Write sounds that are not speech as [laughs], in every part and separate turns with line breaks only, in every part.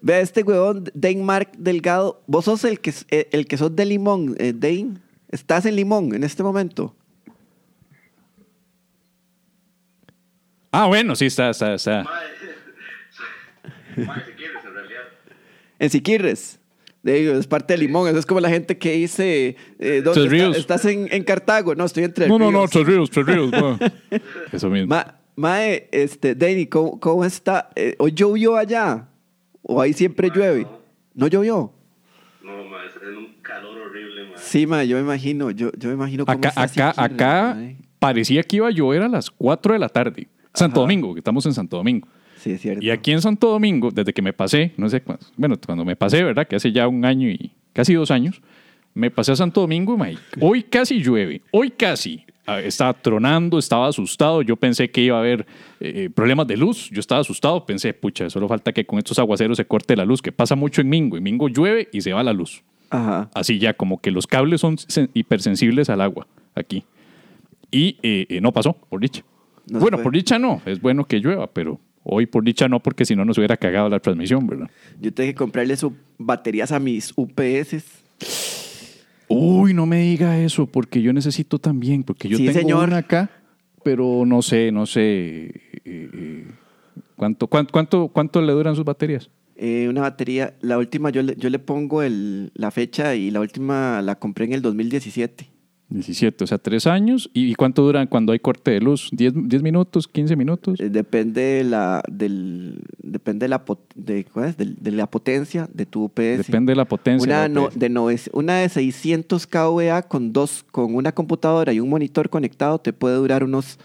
Vea este huevón, Dane Mark Delgado. Vos sos el que, eh, el que sos de Limón, eh, Dane. Estás en Limón en este momento.
Ah, bueno, sí, está, está, está.
Mae, si quieres, en realidad.
En Siquirres. De ellos, es parte de Limón. Eso es como la gente que dice. eh, ¿dónde
Tres
está-
Ríos.
¿Estás en, en Cartago? No, estoy entre.
No, no, no,
Ríos.
Tres Ríos, Tres Ríos. no. Eso mismo.
Ma- mae, este, Dani, ¿cómo, cómo está? Eh, ¿Hoy llovió allá? ¿O ahí siempre llueve? ¿No llovió?
No, mae, es un calor horrible, mae.
Sí, mae, yo me imagino. Yo, yo me imagino cómo
Acá,
está
acá,
Siquirres,
acá
mae.
parecía que iba a llover a las 4 de la tarde. Santo Domingo, que estamos en Santo Domingo.
Sí, es cierto.
Y aquí en Santo Domingo, desde que me pasé, no sé cuándo, bueno, cuando me pasé, ¿verdad? Que hace ya un año y casi dos años, me pasé a Santo Domingo, mae, hoy casi llueve, hoy casi. Ah, Estaba tronando, estaba asustado, yo pensé que iba a haber eh, problemas de luz, yo estaba asustado, pensé, pucha, solo falta que con estos aguaceros se corte la luz, que pasa mucho en Mingo, en Mingo llueve y se va la luz.
Ajá.
Así ya, como que los cables son sen- hipersensibles al agua, aquí. Y eh, eh, no pasó, por dicha.
No se
bueno,
fue.
por dicha no, es bueno que llueva, pero hoy por dicha no, porque si no nos hubiera cagado la transmisión, ¿verdad?
Yo tengo que comprarle sus baterías a mis UPS.
Uy, no me diga eso, porque yo necesito también, porque yo
Sí,
tengo
señor.
una acá, pero no sé, no sé eh, eh, cuánto, cuán- cuánto, cuánto le duran sus baterías.
Eh, una batería, la última, yo le, yo le pongo el, la fecha y la última la compré en el 2017.
17, o sea, tres años. ¿Y, y cuánto duran cuando hay corte de luz? ¿10, 10 minutos? ¿15 minutos?
Eh, depende de la, del, depende de la, pot- de, ¿cuál es? Del- de, la potencia de tu UPS.
Depende de la potencia.
Una,
de la
no-
batería.
de nove- una de 600 kVA con, dos, con una computadora y un monitor conectado te puede durar unos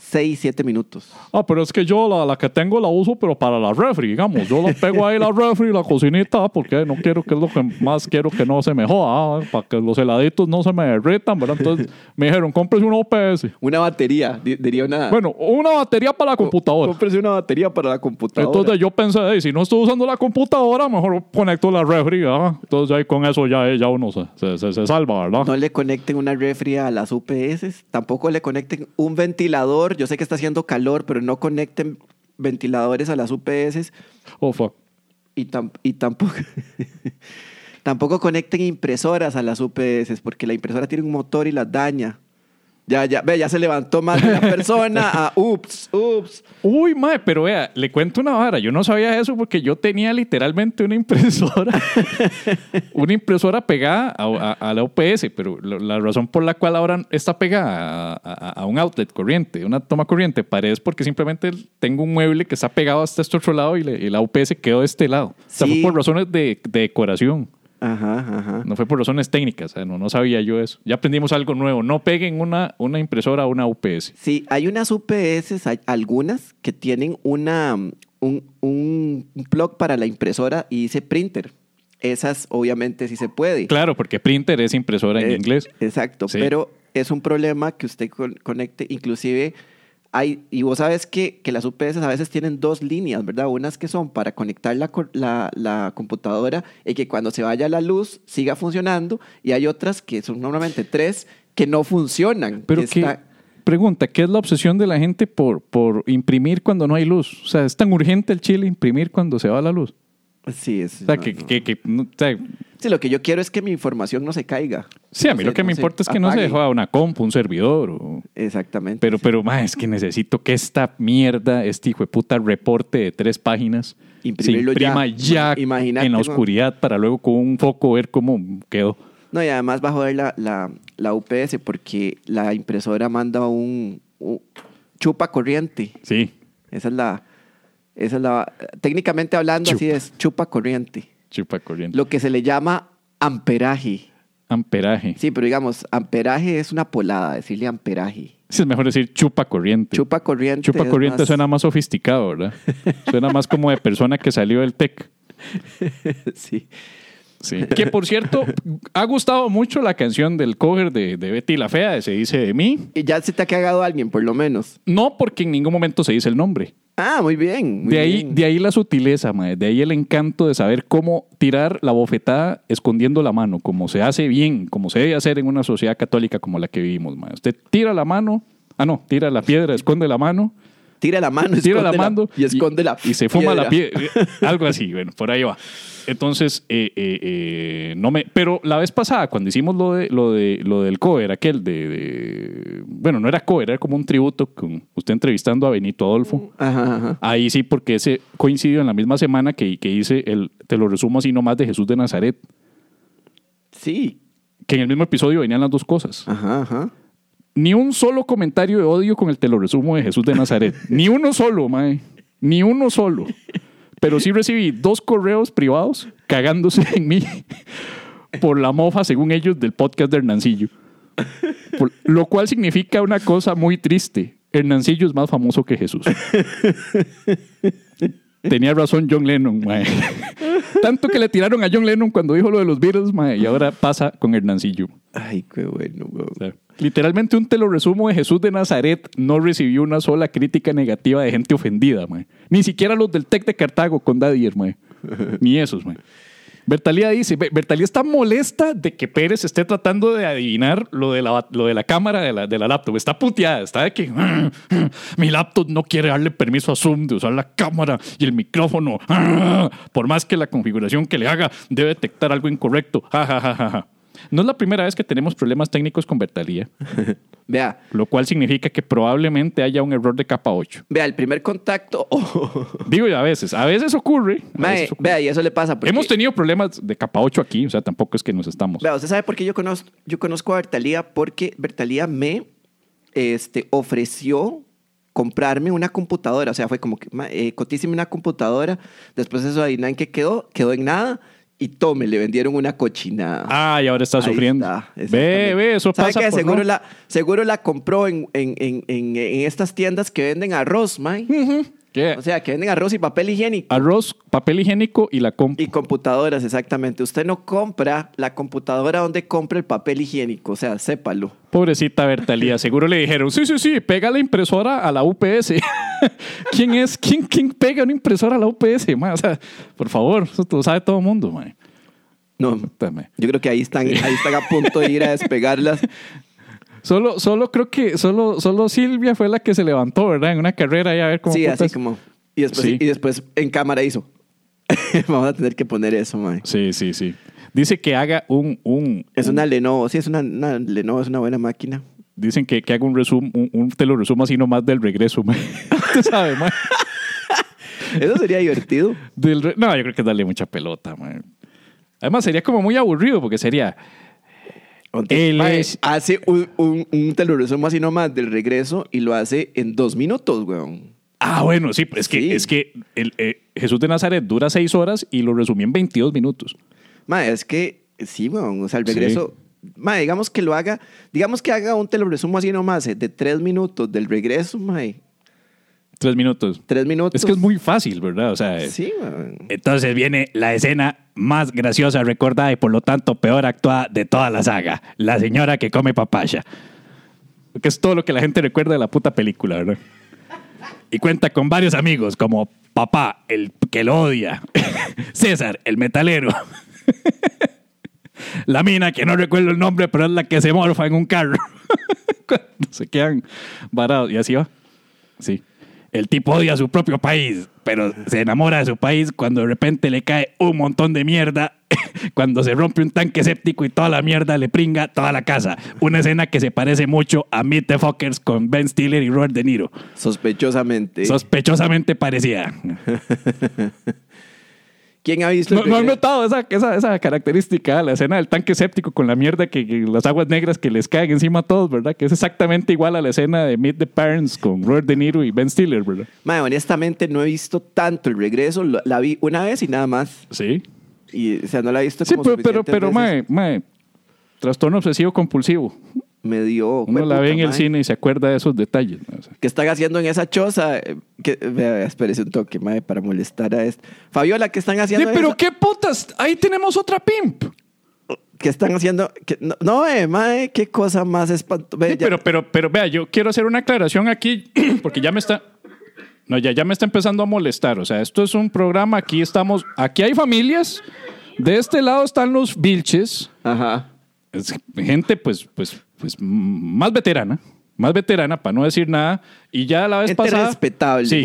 6, 7 minutos.
Ah, pero es que yo la, la que tengo la uso, pero para la refri, digamos. Yo la pego ahí la refri, la cocinita, porque no quiero que es lo que más quiero que no se me joda, ah, para que los heladitos no se me derritan, ¿verdad? Entonces
[laughs]
me dijeron, cómprese una OPS.
Una batería, di- diría una...
Bueno, una batería para la
co-
computadora.
Cómprese una batería para la computadora.
Entonces yo pensé, "Ey, si no estoy usando la computadora, mejor conecto la refri, ¿verdad? Entonces ahí con eso ya, ya uno se, se- se- se salva, ¿verdad?
No le conecten una refri a las UPS, tampoco le conecten un ventilador. Yo sé que está haciendo calor, pero no conecten ventiladores a las UPS
Oh, fuck.
y, tam- y tampoco, [laughs] tampoco conecten impresoras a las UPS, porque la impresora tiene un motor y las daña. Ya, ya, ve, ya se levantó más de una persona a ups, ups.
Uy, mae, pero vea, le cuento una vara. Yo no sabía eso porque yo tenía literalmente una impresora.
[laughs]
una impresora pegada a, a- a la UPS, pero lo- la razón por la cual ahora está pegada a, a- a un outlet corriente, una toma corriente, parece es porque simplemente tengo un mueble que está pegado hasta este otro lado y, le- y la UPS quedó de este lado. O sea,
Sí.
fue por razones de, de decoración,
Ajá, ajá.
no fue por razones técnicas. O sea, no, no sabía yo eso. Ya aprendimos algo nuevo. No peguen una, una impresora a una UPS.
Sí, hay unas UPS, hay algunas que tienen una, um, un, un plug para la impresora y dice printer. Esas obviamente sí se puede.
Claro, porque printer es impresora en
Eh,
inglés.
Exacto,
Sí.
pero es un problema que usted con- conecte, inclusive hay, y vos sabes que, que las UPS a veces tienen dos líneas, ¿verdad? Unas que son para conectar la, cor- la, la computadora y que cuando se vaya la luz siga funcionando, y hay otras que son normalmente tres que no funcionan.
Pero
que
qué
está-
pregunta, ¿qué es la obsesión de la gente por, por imprimir cuando no hay luz? O sea, es tan urgente el chile imprimir cuando se va la luz.
Sí, es-
O sea,
no,
que,
no.
que- que- no, o sea,
Sí, lo que yo quiero es que mi información no se caiga.
sí, a mí
No
lo
se-
que me
no se
importa es que no se
apague.
deja una compu, un servidor. o-
Exactamente.
Pero,
sí.
pero, ma, es que necesito que esta mierda, este hijo de puta reporte de tres páginas,
Imprimirlo
se
ya.
imprima ya,
Imagínate,
en la
¿no?
oscuridad para luego con un foco ver cómo quedó.
No, y además va a joder la, la, la UPS porque la impresora manda un, un chupa corriente.
Sí,
Esa es la. Esa es la. Técnicamente hablando, así
Chupa.
es, chupa corriente.
chupa corriente.
Lo que se le llama amperaje.
Amperaje.
Sí, pero digamos, amperaje es una polada, decirle amperaje.
Sí, es mejor decir chupa corriente.
Chupa corriente.
Chupa
es
corriente
más-
suena más sofisticado, ¿verdad? Suena más como de persona que salió del TEC.
[laughs] sí.
[laughs] Que por cierto, ha gustado mucho la canción del cover de, de Betty la Fea, de Se dice de mí.
Y ya se te ha cagado alguien, por lo menos.
No porque en ningún momento se dice el nombre.
Ah, muy bien. muy
De ahí,
bien.
de ahí la sutileza, mae. de ahí el encanto de saber cómo tirar la bofetada escondiendo la mano, como se hace bien, como se debe hacer en una sociedad católica como la que vivimos. mae. Usted tira la mano, ah no, tira la piedra, esconde la mano,
tira la mano,
tira la
esconde
mano
y esconde la
y se fuma la
piedra.
piedra. Algo así, bueno, por ahí va. Entonces, eh, eh, eh, no me. Pero la vez pasada, cuando hicimos lo, de, lo, de, lo del cover, aquel de, de- Bueno, no era cover, era como un tributo con usted entrevistando a Benito Adolfo.
Ajá, ajá.
Ahí sí, porque ese coincidió en la misma semana que, que hice el. Te lo resumo así nomás de Jesús de Nazaret.
Sí.
Que en el mismo episodio venían las dos cosas.
Ajá, ajá.
Ni un solo comentario de odio con el te lo resumo de Jesús de Nazaret. Ni uno solo, mae. Ni uno solo. Pero sí recibí dos correos privados cagándose en mí [laughs] por la mofa, según ellos, del podcast de Hernancillo. Por- lo cual significa una cosa muy triste. Hernancillo es más famoso que Jesús. Tenía razón John Lennon, mae. [laughs] Tanto que le tiraron a John Lennon cuando dijo lo de los Beatles, mae, y ahora pasa con Hernancillo.
Ay, qué bueno, weón.
Literalmente un te lo resumo de Jesús de Nazaret no recibió una sola crítica negativa de gente ofendida, mae. Ni siquiera los del Tec de Cartago con Dadier, mae. Ni esos, mae. Bertalía dice, Be- Bertalía está molesta de que Pérez esté tratando de adivinar lo de la, lo de la cámara de la, de la laptop. Está puteada, está de que [laughs] mi laptop no quiere darle permiso a Zoom de usar la cámara y el micrófono. [laughs] Por más que la configuración que le haga debe detectar algo incorrecto. Ja, ja, ja, ja, ja. No es la primera vez que tenemos problemas técnicos con Bertalía,
Vea,
lo cual significa que probablemente haya un error de capa 8.
vea, el primer contacto. [laughs] oh.
Digo, a veces, a veces ocurre. a
Mae,
veces ocurre.
vea, eh, y eso le pasa. Porque,
Hemos tenido problemas de capa 8 aquí, o sea, tampoco es que nos estamos.
Vea, usted sabe por qué yo conozco, yo conozco a Bertalía, porque Bertalía me este, ofreció comprarme una computadora. O sea, fue como que ma, eh, cotíceme una computadora. Después eso adivinan que quedó, quedó en nada. Y tome, le vendieron una cochinada.
Ah, y ahora está
Ahí
sufriendo.
está, exactamente.
ve, ve, eso
¿Sabe
pasa
qué?
por
seguro,
no-
la, seguro la compró en, en- en- en- en estas tiendas que venden arroz, mae.
¿Qué?
O sea, que venden arroz y papel higiénico.
Arroz, papel higiénico y la compra.
Y computadoras, exactamente. Usted no compra la computadora donde compra el papel higiénico, o sea, sépalo.
Pobrecita Bertalía, seguro le dijeron, sí, sí, sí, pega la impresora a la UPS. [laughs] ¿Quién es? ¿Quién, quién pega una impresora a la UPS? mae? O sea, por favor, eso lo sabe todo el mundo, mae.
No,
Puta,
yo creo que ahí están, ahí están a punto de ir a
[laughs]
despegarlas.
Solo, solo creo que solo, solo Silvia fue la que se levantó, ¿verdad? En una carrera y a ver cómo.
Sí, así
putas-
como. Y después,
Sí.
y después en cámara hizo. [laughs] Vamos a tener que poner eso, mae.
Sí, sí, sí. Dice que haga un. un
Es una Lenovo, sí, es una, una Lenovo, es una buena máquina.
Dicen que, que haga un resumen, un, un- te lo resumo así nomás del regreso, [laughs] man. ¿Tú sabes, man?
Eso sería divertido.
Del re- No, yo creo que es darle mucha pelota, man. Además, sería como muy aburrido porque sería.
Entonces,
Él
mae,
es-
Hace un, un, un te lo resumo así nomás del regreso y lo hace en dos minutos, weón.
Ah, bueno, sí, es que,
Sí.
Es que el, eh, Jesús de Nazaret dura seis horas y lo resumí en 22 minutos.
Mae, es que sí, weón. O sea, el regreso. Mae, digamos que lo haga. Digamos que haga un te lo resumo así nomás eh, de tres minutos del regreso, mae.
Tres minutos.
Tres minutos.
Es que es muy fácil, ¿verdad? O sea,
Sí, weón.
Entonces viene la escena más graciosa, recordada y por lo tanto peor actuada de toda la saga. La señora que come papaya. Que es todo lo que la gente recuerda de la puta película, ¿verdad? Y cuenta con varios amigos como papá, el que lo odia. [laughs] César, el metalero. [laughs] la mina que no recuerdo el nombre, pero es la que se morfa en un carro. [laughs] Cuando se quedan varados. Y así va. Sí. El tipo odia su propio país, pero se enamora de su país cuando de repente le cae un montón de mierda, [laughs] cuando se rompe un tanque séptico y toda la mierda le pringa toda la casa. Una escena que se parece mucho a Meet the Fuckers con Ben Stiller y Robert De Niro.
Sospechosamente.
Sospechosamente parecida.
¿Quién ha visto?
No,
el
no han
regreso?
notado esa, esa, esa característica, la escena del tanque séptico con la mierda que, que las aguas negras que les caen encima a todos, ¿verdad? Que es exactamente igual a la escena de Meet the Parents con Robert De Niro y Ben Stiller, ¿verdad?
Mae, honestamente no he visto tanto el regreso. Lo- La vi una vez y nada más.
Sí.
Y, o sea, no la he visto
Sí,
como
pero, pero,
suficientes
pero
veces.
mae, mae, trastorno obsesivo compulsivo.
Me dio.
Uno la
jueputa,
ve en el
mae.
cine y se acuerda de esos detalles. ¿no? O sea,
que están haciendo en esa choza. eh, Que, vea, espérese un toque, madre, para molestar a este. Fabiola, ¿qué están haciendo?
"Sí,
en
pero
esa-
qué putas, ahí tenemos otra pimp.
¿Qué están haciendo? Que- no, no, eh, madre, qué cosa más espantosa.
Sí, pero, pero, pero vea, yo quiero hacer una aclaración aquí [clears throat] porque ya me está. No, ya, ya me está empezando a molestar. O sea, esto es un programa, aquí estamos, aquí hay familias. De este lado están los bilches,
Ajá.
es gente pues, pues, pues m- más veterana. más veterana, para no decir nada. Y ya la vez
Gente
pasada.
respetable, gente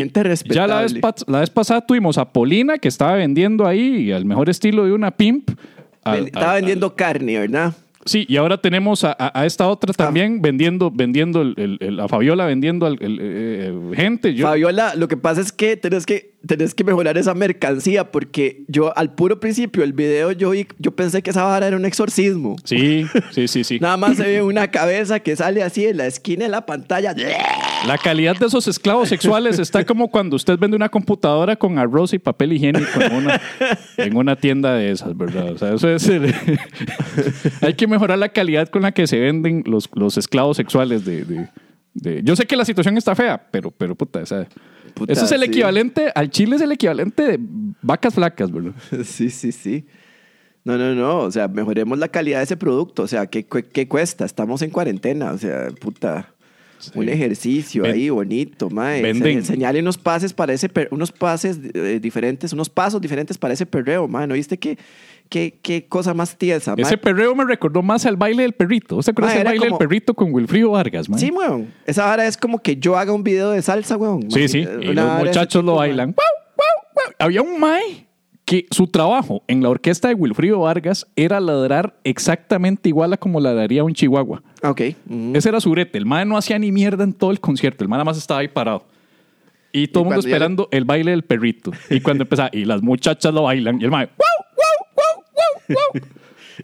Ya la vez,
respetable.
pas- la vez pasada tuvimos a Polina, que estaba vendiendo ahí al mejor estilo de una pimp. al-
Ven- Estaba
al- al-
vendiendo carne, ¿verdad?
Sí, y ahora tenemos a, a- a esta
Ah.
otra también vendiendo, vendiendo el- el- el- a Fabiola vendiendo al- el- eh, gente. Yo,
Fabiola, lo que pasa es que tenés que, tenés que mejorar esa mercancía porque yo al puro principio del video yo, vi- yo pensé que esa vara era un exorcismo.
Sí, sí,
[laughs]
sí, sí.
Nada más se ve una cabeza que sale así en la esquina de la
[laughs]
pantalla.
La calidad de esos esclavos sexuales está como cuando usted vende una computadora con arroz y papel higiénico en una, en una tienda de esas, ¿verdad? O sea, eso es el- [laughs] Hay que mejorar la calidad con la que se venden los, los esclavos sexuales de, de- de- Yo sé que la situación está fea, pero, pero puta, o sea,
Puta,
eso es el
sí.
equivalente, al Chile es el equivalente de vacas flacas, ¿verdad?
[laughs] Sí, sí, sí. No, no, no. O sea, mejoremos la calidad de ese producto. O sea, ¿qué, cu- qué cuesta? Estamos en cuarentena. O sea, puta. Un ejercicio
Ven-
ahí bonito, mae.
Venden.
Se- Señale unos pases para ese per- unos pases eh, diferentes, unos pasos diferentes para ese perreo, mae. ¿No viste qué, qué, qué cosa más tiesa, mae?
Ese perreo me recordó más al baile del perrito. ¿Usted
Ma,
conoce el
era
baile
como-
del perrito con Wilfrido Vargas, man?
Sí, weón. Esa vara es como que yo haga un video de salsa, weón.
Sí, sí.
eh, Una
Y los
vara de ese
muchachos
tipo,
lo
mae.
bailan. ¡Guau, guau, guau! Había un Mae que su trabajo en la orquesta de Wilfrido Vargas era ladrar exactamente igual a como ladraría un chihuahua.
Ah, Ok. Ujú.
Ese era su rete. El Mae no hacía ni mierda en todo el concierto. El Mae nada más estaba ahí parado. Y todo el mundo
cuando ya-
esperando el baile del perrito. Y
[laughs]
cuando empezaba, y las muchachas lo bailan. Y el Mae, ¡guau, guau, guau, guau,
[laughs]
guau!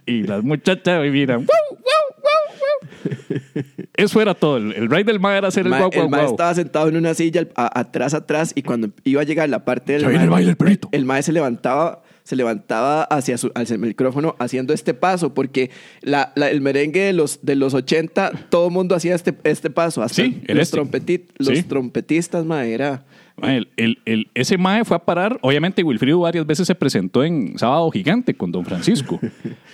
Y las muchachas ahí miran, ¡guau, guau, guau,
[laughs]
guau! Eso era todo. El, el rey del Mae era hacer el
Ma-
guau, guau,
el ma
guau.
estaba sentado en una silla al- a- atrás, atrás, y cuando iba a llegar la parte del
Ya viene el baile del perrito.
el mae se levantaba, se levantaba hacia, su- hacia el micrófono haciendo este paso, porque la- la- el merengue de los, de los 80, todo el mundo hacía este, este paso. Hasta
Sí, el
los,
este.
trompeti- los
Sí.
trompetistas, mae, era...
Mae, el- el- el- ese Mae fue a parar. Obviamente, Wilfrido varias veces se presentó en Sábado Gigante con Don Francisco.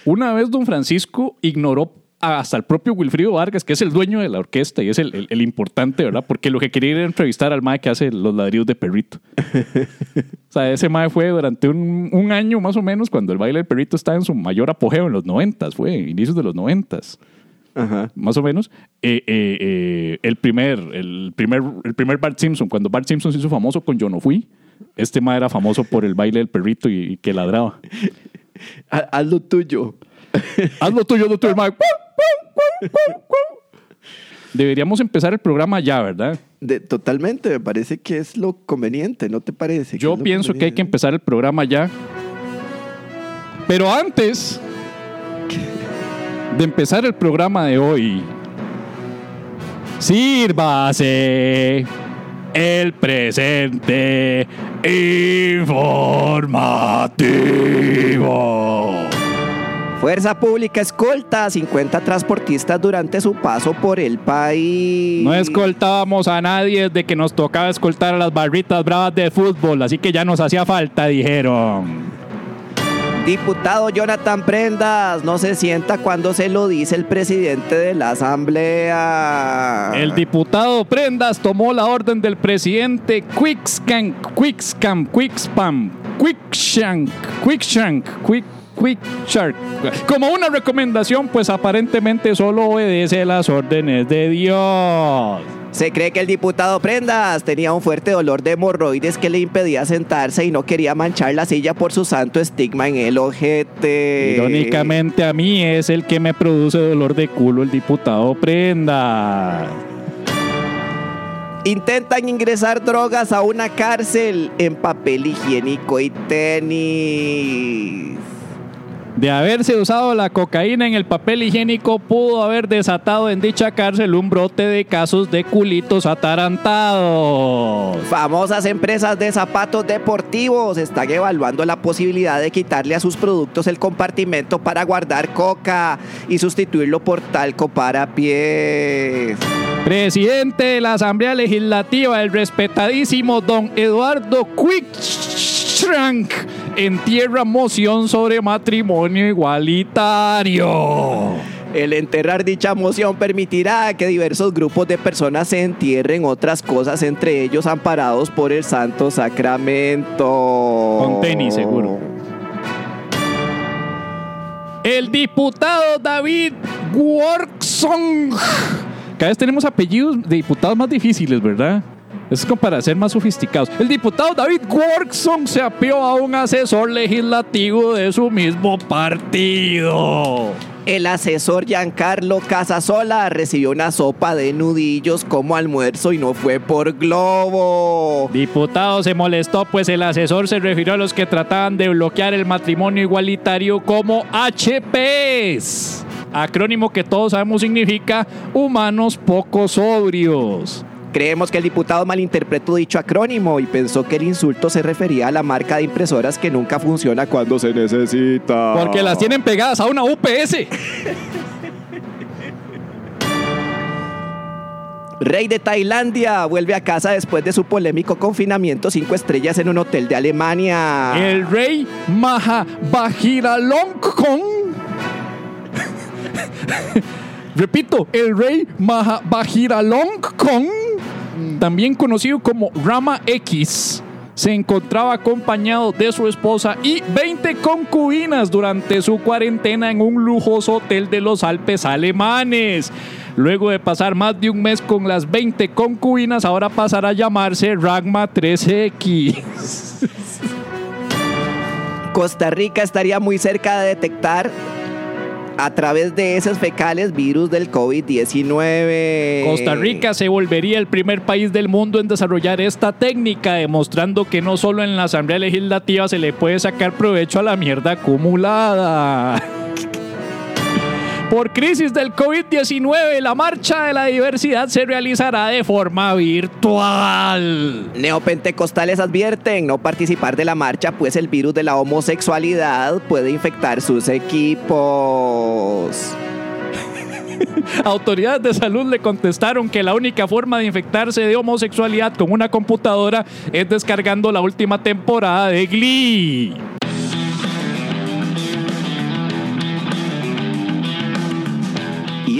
Una vez Don Francisco ignoró a- hasta el propio Wilfrido Vargas, que es el dueño de la orquesta y es el, el- el importante, ¿verdad? Porque lo que quería era entrevistar al Mae que hace los ladrillos de perrito. O sea, ese Mae fue durante un, un año más o menos cuando el baile del perrito estaba en su mayor apogeo en los noventas, fue, inicios de los noventas
Ajá.
más o menos, eh, eh, eh, el, primer, el, primer, el primer Bart Simpson, cuando Bart Simpson se hizo famoso con Yo no fui, este ma era famoso por el baile del perrito y, y que ladraba.
Ha- Haz lo tuyo.
Haz lo tuyo, lo tuyo, ma. Deberíamos empezar el programa ya, ¿verdad?
De- totalmente, me parece que es lo conveniente, ¿no te parece?
Yo
es lo
pienso que hay que
conveniente?
empezar el programa ya. Pero antes de empezar el programa de hoy, sírvase el presente informativo.
Fuerza Pública escolta a 50 transportistas durante su paso por el país.
No escoltábamos a nadie desde que nos tocaba escoltar a las barritas bravas de fútbol, así que ya nos hacía falta, dijeron.
Diputado Jonathan Prendas no se sienta cuando se lo dice el presidente de la Asamblea.
El diputado Prendas tomó la orden del presidente Quickscan, Quickscam, Quickspam, Quickshank, Quickshank, Quick, Quickshark. Como una recomendación, pues aparentemente solo obedece las órdenes de Dios.
Se cree que el diputado Prendas tenía un fuerte dolor de hemorroides que le impedía sentarse y no quería manchar la silla por su santo estigma en el ojete.
Irónicamente a mí es el que me produce dolor de culo el diputado Prendas.
Intentan ingresar drogas a una cárcel en papel higiénico y tenis.
De haberse usado la cocaína en el papel higiénico, pudo haber desatado en dicha cárcel un brote de casos de culitos atarantados.
Famosas empresas de zapatos deportivos están evaluando la posibilidad de quitarle a sus productos el compartimento para guardar coca y sustituirlo por talco para pies.
Presidente de la Asamblea Legislativa, el respetadísimo don Eduardo Quickshrank, entierra moción sobre matrimonio igualitario.
El enterrar dicha moción permitirá que diversos grupos de personas se entierren otras cosas, entre ellos amparados por el Santo Sacramento.
Con tenis, seguro. El diputado David Workson Cada vez tenemos apellidos de diputados más difíciles, ¿verdad? Es como para ser más sofisticados. El diputado David Workson se apeó a un asesor legislativo de su mismo partido.
El asesor Giancarlo Casasola recibió una sopa de nudillos como almuerzo y no fue por globo.
Diputado se molestó, pues el asesor se refirió a los que trataban de bloquear el matrimonio igualitario como HPs, acrónimo que todos sabemos significa humanos poco sobrios.
Creemos que el diputado malinterpretó dicho acrónimo y pensó que el insulto se refería a la marca de impresoras que nunca funciona cuando se necesita.
Porque las tienen pegadas a una UPS.
Rey de Tailandia vuelve a casa después de su polémico confinamiento cinco estrellas en un hotel de Alemania.
El rey Maha Bajiralongkorn. [laughs] Repito, el rey Maha Bajiralongkorn, también conocido como Rama X, se encontraba acompañado de su esposa y 20 concubinas durante su cuarentena en un lujoso hotel de los Alpes alemanes. Luego de pasar más de un mes con las 20 concubinas, ahora pasará a llamarse Ragma 3X.
Costa Rica estaría muy cerca de detectar a través de esos fecales virus del COVID-19.
Costa Rica se volvería el primer país del mundo en desarrollar esta técnica, demostrando que no solo en la Asamblea Legislativa se le puede sacar provecho a la mierda acumulada. [laughs] Por crisis del COVID-19, la marcha de la diversidad se realizará de forma virtual.
Neopentecostales advierten no participar de la marcha, pues el virus de la homosexualidad puede infectar sus equipos.
Autoridades de salud le contestaron que la única forma de infectarse de homosexualidad con una computadora es descargando la última temporada de Glee.
Y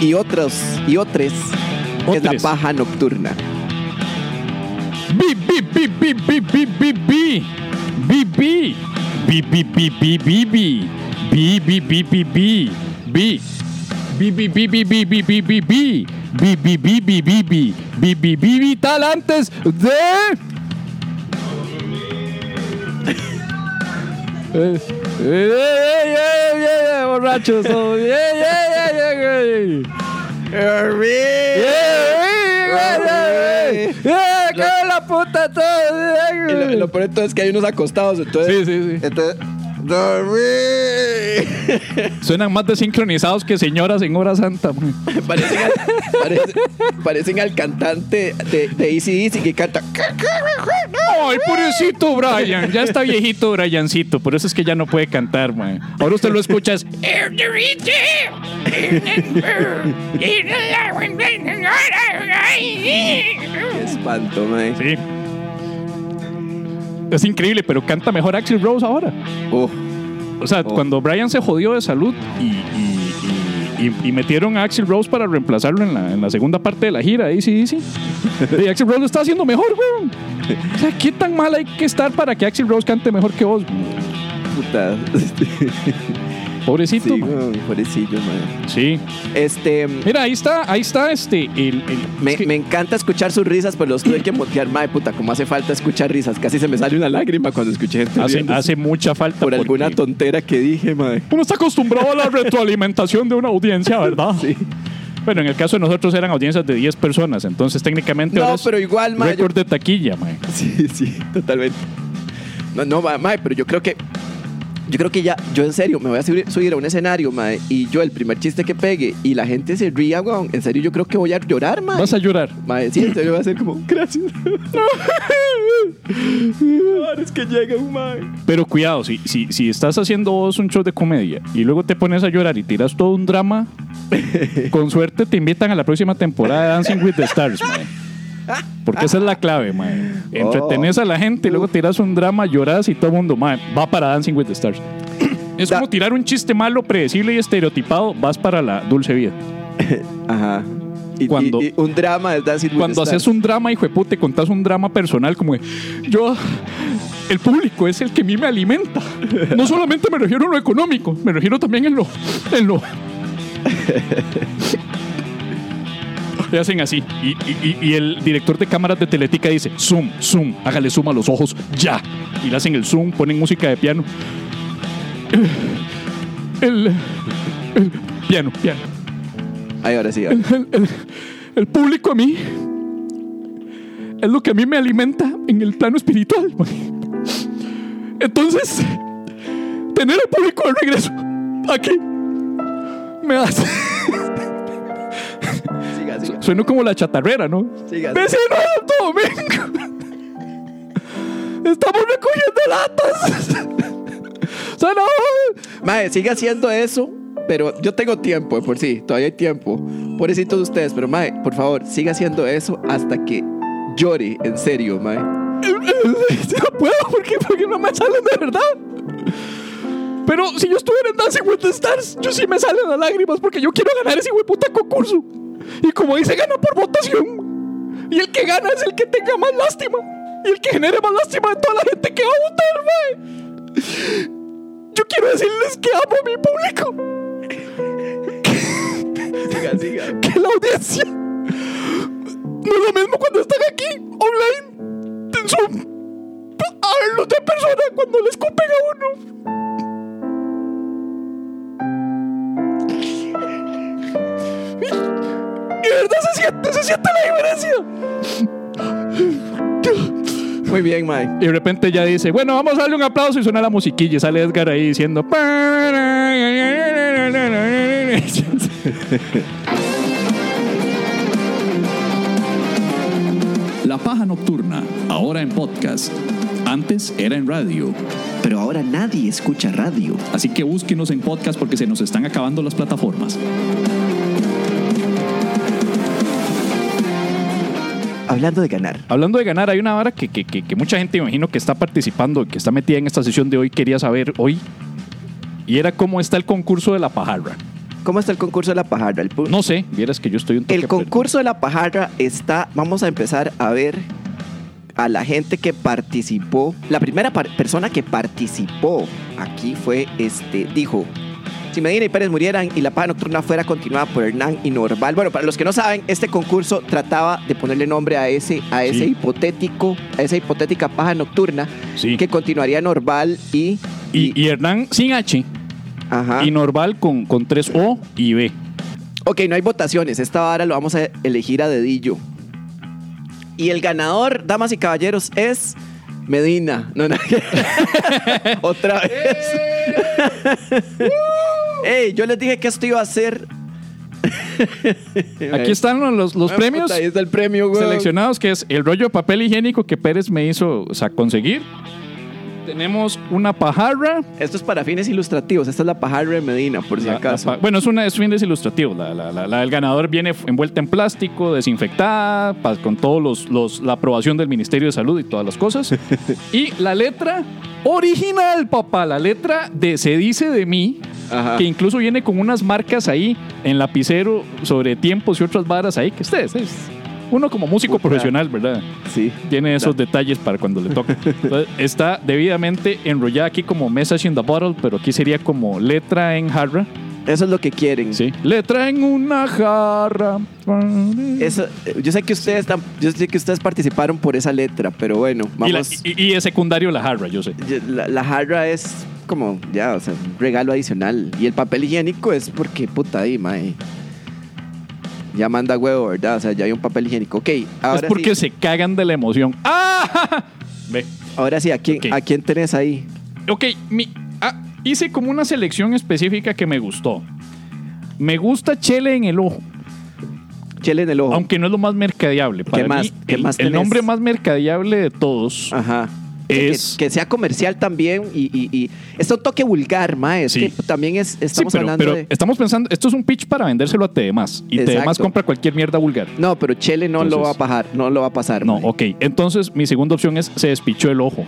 y otros, y otros, es la
Otres.
paja nocturna.
Bi, bi, bi, bi, bi, bi, bi, bi. Bi, bi. Bi, bi, bi, bi, bi, bi. Bi, bi, bi, bi, bi. Bi. Bi, bi, bi, bi, bi, bi, bi, bi, bi. Bi, bi, bi, bi, bi, bi. Bi, bi, bi, vital antes de... Eh, eh, eh, eh, eh, eh, borrachos todos. Eh, eh, eh, eh, eh. la puta
Y lo, lo peor de todo es que hay unos acostados,
Sí,
entonces.
sí, sí.
entonces dormí.
Suenan más desincronizados que señoras en hora santa. man.
parecen, al, parece- parecen al cantante de, de Easy Easy que canta.
Ay, pobrecito Brian. Ya está viejito Briancito. Por eso es que ya no puede cantar, man. Ahora usted lo escucha. es,
Qué espanto, mae.
Sí. Es increíble, pero canta mejor Axel Rose ahora.
Oh,
O sea,
Oh.
cuando Brian se jodió de salud y, y- y- y- y metieron a Axel Rose para reemplazarlo en la, en la segunda parte de la gira, ahí sí, sí. Y Axel Rose lo está haciendo mejor, weón. O sea, ¿qué tan mal hay que estar para que Axel Rose cante mejor que vos?
puta. [laughs]
Pobrecito.
Sí,
man.
weón, pobrecillo, mae.
Sí.
Este.
Mira, ahí está, ahí está este. El, el-
Me,
es que-
me encanta escuchar sus risas, pero los tuve que motear, madre puta, como hace falta escuchar risas. Casi se me sale una lágrima cuando escuché gente
hace,
riéndose
hace mucha falta.
por alguna
porque
tontera que dije, madre.
Uno está
[laughs]
acostumbrado a la retroalimentación de una audiencia, ¿verdad?
Sí.
Bueno, en el caso de nosotros eran audiencias de 10 personas, entonces técnicamente
No,
ahora es
pero igual, ma,
récord de taquilla, mae.
[laughs] Sí, sí, totalmente. No, no, ma- mae, pero yo creo que. Yo creo que ya, yo en serio, me voy a subir, subir a un escenario, madre, y yo el primer chiste que pegue y la gente se ría, weón. En serio, yo creo que voy a llorar, madre.
Vas a llorar.
Mae, sí, en serio va a ser como, gracias. Ahora es que llega un mae.
Pero cuidado, si, si, si estás haciendo vos un show de comedia y luego te pones a llorar y tiras todo un drama, Con suerte te invitan a la próxima temporada de Dancing with the Stars, mae. Porque esa es la clave, mae. Entretenés a la gente, luego tiras un drama, llorás y todo el mundo, mae, va para Dancing with the Stars. Es
Da-
como tirar un chiste malo, predecible y estereotipado, vas para la dulce vida.
Ajá. Y,
Cuando-
y- y un drama del Dancing with
Cuando
the
haces
Stars.
un drama, hijo de puta, contás un drama personal como de, yo, el público es el que a mí me alimenta. No solamente me refiero en lo económico, me refiero también en lo... En lo Y hacen así. Y, y- y- y el director de cámaras de Teletica dice, zoom, zoom, hágale zoom a los ojos, ya. Y le hacen el zoom, ponen música de piano. El, el piano, piano
Ay, ahora sí. ahora.
el, el- el público a mí es lo que a mí me alimenta en el plano espiritual. güey. Entonces, tener al público de regreso aquí me hace.
Siga, siga.
Sueno como la chatarrera, ¿no?
Siga, siga.
¡Vecino de Santo Domingo! ¡Estamos recogiendo latas! ¡Zanahoria!
Mae, sigue haciendo eso, pero yo tengo tiempo, de por sí, todavía hay tiempo. Pobrecitos de ustedes, pero Mae, por favor, siga haciendo eso hasta que llore, en serio, Mae.
[laughs] No puedo, ¿por qué? Porque no me salen de verdad. Pero si yo estuviera en Dancing with the Stars, yo sí me salen las lágrimas porque yo quiero ganar ese hueputa concurso. Y como dice, gana por votación. Y el que gana es el que tenga más lástima. Y el que genere más lástima de toda la gente que va a votar, mae. Yo quiero decirles que amo a mi público.
Siga, siga.
que la audiencia no es lo mismo cuando están aquí online en Zoom a verlos de persona cuando les escupen a uno. Y de verdad se siente, se siente la diferencia.
Muy bien, Mae.
Y de repente ya dice, bueno, vamos a darle un aplauso y suena la musiquilla. Y sale Edgar ahí diciendo...
La Paja Nocturna, ahora en podcast. Antes era en radio.
Pero ahora nadie escucha radio.
Así que búsquenos en podcast porque se nos están acabando las plataformas.
Hablando de ganar.
Hablando de ganar, hay una vara que, que- que- que mucha gente imagino que está participando, que está metida en esta sesión de hoy, quería saber hoy. Y era cómo está el concurso de la pajarra.
¿Cómo está el concurso de la pajarra? El, pu-
No sé, vieras que yo estoy un toque
el concurso de la pajarra está. Vamos a empezar a ver a la gente que participó. La primera par- persona que participó aquí fue este. Dijo. Si Medina y Pérez murieran y la paja nocturna fuera continuada por Hernán y Normal. Bueno, para los que no saben, este concurso trataba de ponerle nombre a ese, a ese
Sí.
hipotético, a esa hipotética paja nocturna
perdido. Sí.
que continuaría Normal y.
y, y Hernán sin H
ajá.
y Norval con, con 3 O y
Eh,
B.
Ok, no hay votaciones. Esta vara lo vamos a elegir a dedillo. Y el ganador, damas y caballeros, es Medina. No, [laughs] no. Otra vez.
[laughs]
Ey, yo les dije que esto iba a ser.
Aquí están los- los, los
Ah,
premios
puta, Ahí está el premio, güey.
seleccionados, que es el rollo de papel higiénico que Pérez me hizo o sea, conseguir. Tenemos una pajarra.
Esto es para fines ilustrativos. Esta es la pajarra de Medina, por si
La- la
acaso.
pa- bueno, es una es fines ilustrativo. La, la- la- la del ganador viene f- envuelta en plástico, desinfectada, pa- con todos los, los- la aprobación del Ministerio de Salud y todas
[laughs]
las cosas. y la letra original, papá, la letra de Se dice de mí,
Ajá.
que incluso viene con unas marcas ahí en lapicero sobre tiempos y otras varas ahí que ustedes es uno como músico
Puta.
profesional, ¿verdad?
Sí.
Tiene esos detalles para cuando le toca. Entonces, está debidamente enrollada aquí como Message in the Bottle, pero aquí sería como letra en jarra.
Eso es lo que quieren.
Sí. Le traen una jarra.
Eso, eh, yo sé que ustedes están- yo sé que ustedes participaron por esa letra, pero bueno,
Y, la-
vamos.
y- y es secundario la jarra, yo sé.
Ye- La, la jarra es como, ya, o sea, un regalo adicional. Y el papel higiénico es porque, puta, ahí, mae. Ya manda huevo, ¿verdad? O sea, ya hay un papel higiénico. Ok, ahora
es porque
sí.
se cagan de la emoción. ¡Ah! [laughs] ja, ja! Ve.
Ahora sí, ¿a quién,
Ok.
¿a quién tenés ahí?
Ok, mi- ah, hice como una selección específica que me gustó. Me gusta Chele en el ojo,
Chele en el ojo.
aunque no es lo más mercadeable. Para
Oh. más-
mí,
qué
el,
más
el
tenés?
nombre más mercadeable de todos
Ajá. que-
Es-
que, sea comercial también y, y, y- es un toque vulgar, mae. Es
Sí.
que también es,
Sí,
estamos
pero,
hablando
pero
de...
estamos pensando, esto es un pitch para vendérselo a TDMás. Y
Exacto.
TDMás compra cualquier mierda vulgar.
No, pero Chele no lo
Entonces-
va a pajar, no lo va a pasar.
No,
mae.
ok. Entonces, mi segunda opción es se despichó el ojo.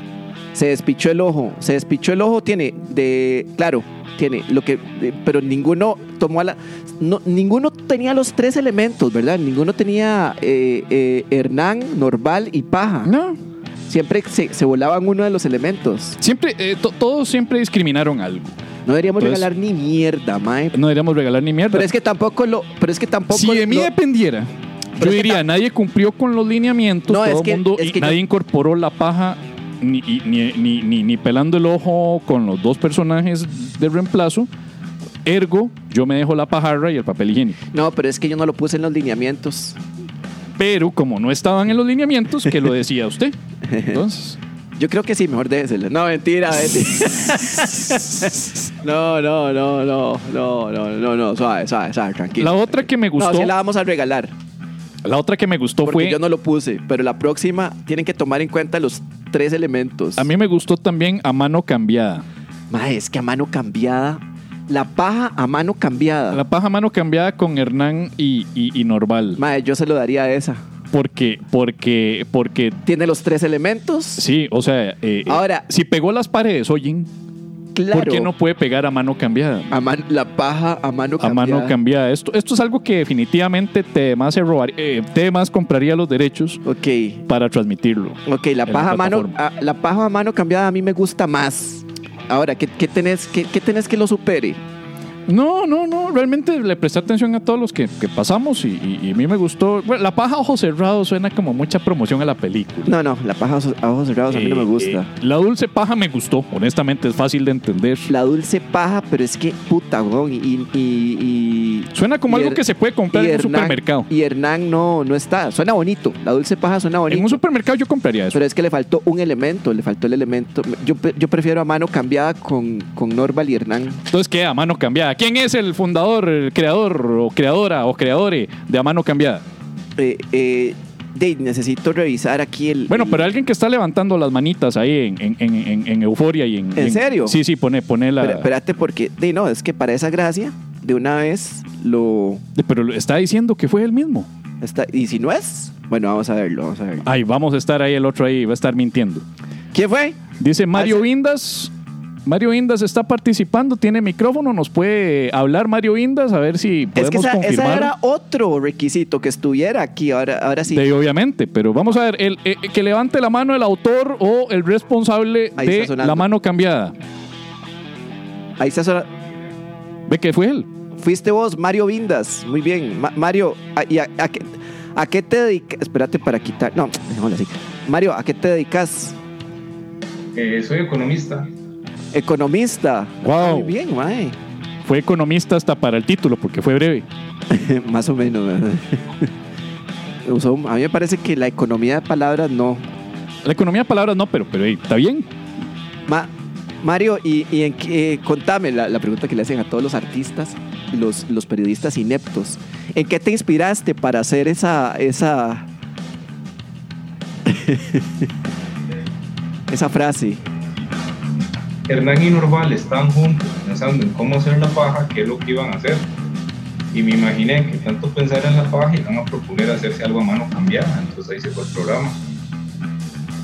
Se despichó el ojo. Se despichó el ojo. Tiene de. Claro, tiene lo que. de- pero ninguno tomó a la. no, ninguno tenía los tres elementos, ¿verdad? Ninguno tenía eh, eh, Hernán, Norval y Paja.
No.
Siempre se, se volaban uno de los elementos.
Siempre, eh, to- todos siempre discriminaron algo.
No deberíamos
Entonces-
regalar ni mierda, mae.
No deberíamos regalar ni mierda.
Pero es que tampoco lo. Pero es que tampoco.
si de mí
lo-
dependiera,
Pero
yo
es que
diría,
tam-
nadie cumplió con los lineamientos,
No, es
todo el
que-
mundo,
es
y
que yo-
nadie incorporó la paja ni, y- ni- ni- ni- ni pelando el ojo con los dos personajes de reemplazo. Ergo, yo me dejo la pajarra y el papel higiénico.
No, pero es que yo no lo puse en los lineamientos.
Pero como no estaban en los lineamientos, que lo decía usted.
[laughs]
Entonces,
Yo creo que sí, mejor déjese. No,
[laughs]
mentira, mentira. no, no, no, no, no, no, no, no, suave, suave, suave, tranquilo.
la otra que me
No,
gustó,
sí la vamos a regalar,
la otra que me gustó
porque
fue
yo no lo puse, pero la próxima tienen que tomar en cuenta los tres elementos.
a mí me gustó también a mano cambiada.
Ma, es que a mano cambiada, la paja a mano cambiada.
La paja a mano cambiada con Hernán y, y, y Norval.
Ma, yo se lo daría a esa.
Porque, porque, porque
Tiene los tres elementos.
Sí, o sea, eh,
Ahora-
si pegó las paredes, oyen,
claro.
¿por qué no puede pegar a mano cambiada?
A man- la paja a mano
A
cambiada.
mano cambiada. Esto, esto es algo que definitivamente Temas se robaría, eh, Temas compraría los derechos
Ok.
para transmitirlo.
Ok, la
en
paja, a mano,
plataforma.
a- la paja a mano cambiada a mí me gusta más. Ahora, ¿qué, qué tenés, qué, qué tenés que lo supere?
No, no, no. Realmente le presté atención a todos los que, que pasamos y, y- y a mí me gustó. Bueno, la paja a ojos cerrados suena como mucha promoción a la película.
No, no, la paja a ojos- a ojos cerrados a mí no me
Eh,
gusta.
eh, la dulce paja me gustó, honestamente, es fácil de entender.
La dulce paja, pero es que puta, weón. Y, y, y-
Suena como
y
algo
Her-
que se puede comprar
y
en un
Hernán-
supermercado.
Y Hernán no, no está. Suena bonito. La dulce paja suena bonito.
En un supermercado yo compraría eso.
pero es que le faltó un elemento, le faltó el elemento. Yo, pe- yo prefiero a mano cambiada con, con Norval y Hernán.
Entonces, ¿qué? A mano cambiada. ¿Quién es el fundador, el creador o creadora o creadores de A mano cambiada?
Eh, eh, Dave, necesito revisar aquí el.
Bueno,
el-
pero alguien que está levantando las manitas ahí en, en, en- en- en euforia y en...
¿En serio?
Sí, sí, pone, pone la...
Pero, espérate, porque, di, no, es que para esa gracia, de una vez lo.
Pero está diciendo que fue él mismo.
Está, y si no es, bueno, vamos a verlo, vamos a verlo.
Ay, vamos a estar ahí, el otro ahí va a estar mintiendo.
¿Quién fue?
Dice Mario
sí.
Indas. Mario Indas está participando, tiene micrófono, nos puede hablar Mario Indas, a ver si
Es
podemos
que esa, esa
confirmar.
era otro requisito que estuviera aquí, ahora, ahora sí.
Sí, obviamente, pero vamos a ver, el, eh, que levante la mano el autor o el responsable
Ahí
de
está sonando.
la mano cambiada.
Ahí está sola-
Ve que fue él.
Fuiste vos, Mario Vindas. Muy bien. Ma- Mario, ¿a, y a- a qué, a qué te dedicas? Espérate para quitar. No, dejémoslo así. Mario, ¿a qué te dedicas?
Eh, soy economista.
Economista.
Wow.
Muy bien, mae. [laughs]
Fue economista hasta para el título, porque fue breve.
Más o menos. [laughs] ¿verdad? Usó- a mí me parece que la economía de palabras no.
La economía de palabras no, pero, pero hey, está bien.
Ma- Mario, y, y en qué- eh, contame la, la pregunta que le hacen a todos los artistas, los, los periodistas ineptos. ¿En qué te inspiraste para hacer esa esa [laughs] esa frase?
Hernán y Norval estaban juntos pensando en cómo hacer la paja, qué es lo que iban a hacer. Y me imaginé que tanto pensar en la paja iban a proponer hacerse algo a mano cambiada. Entonces ahí se fue el programa.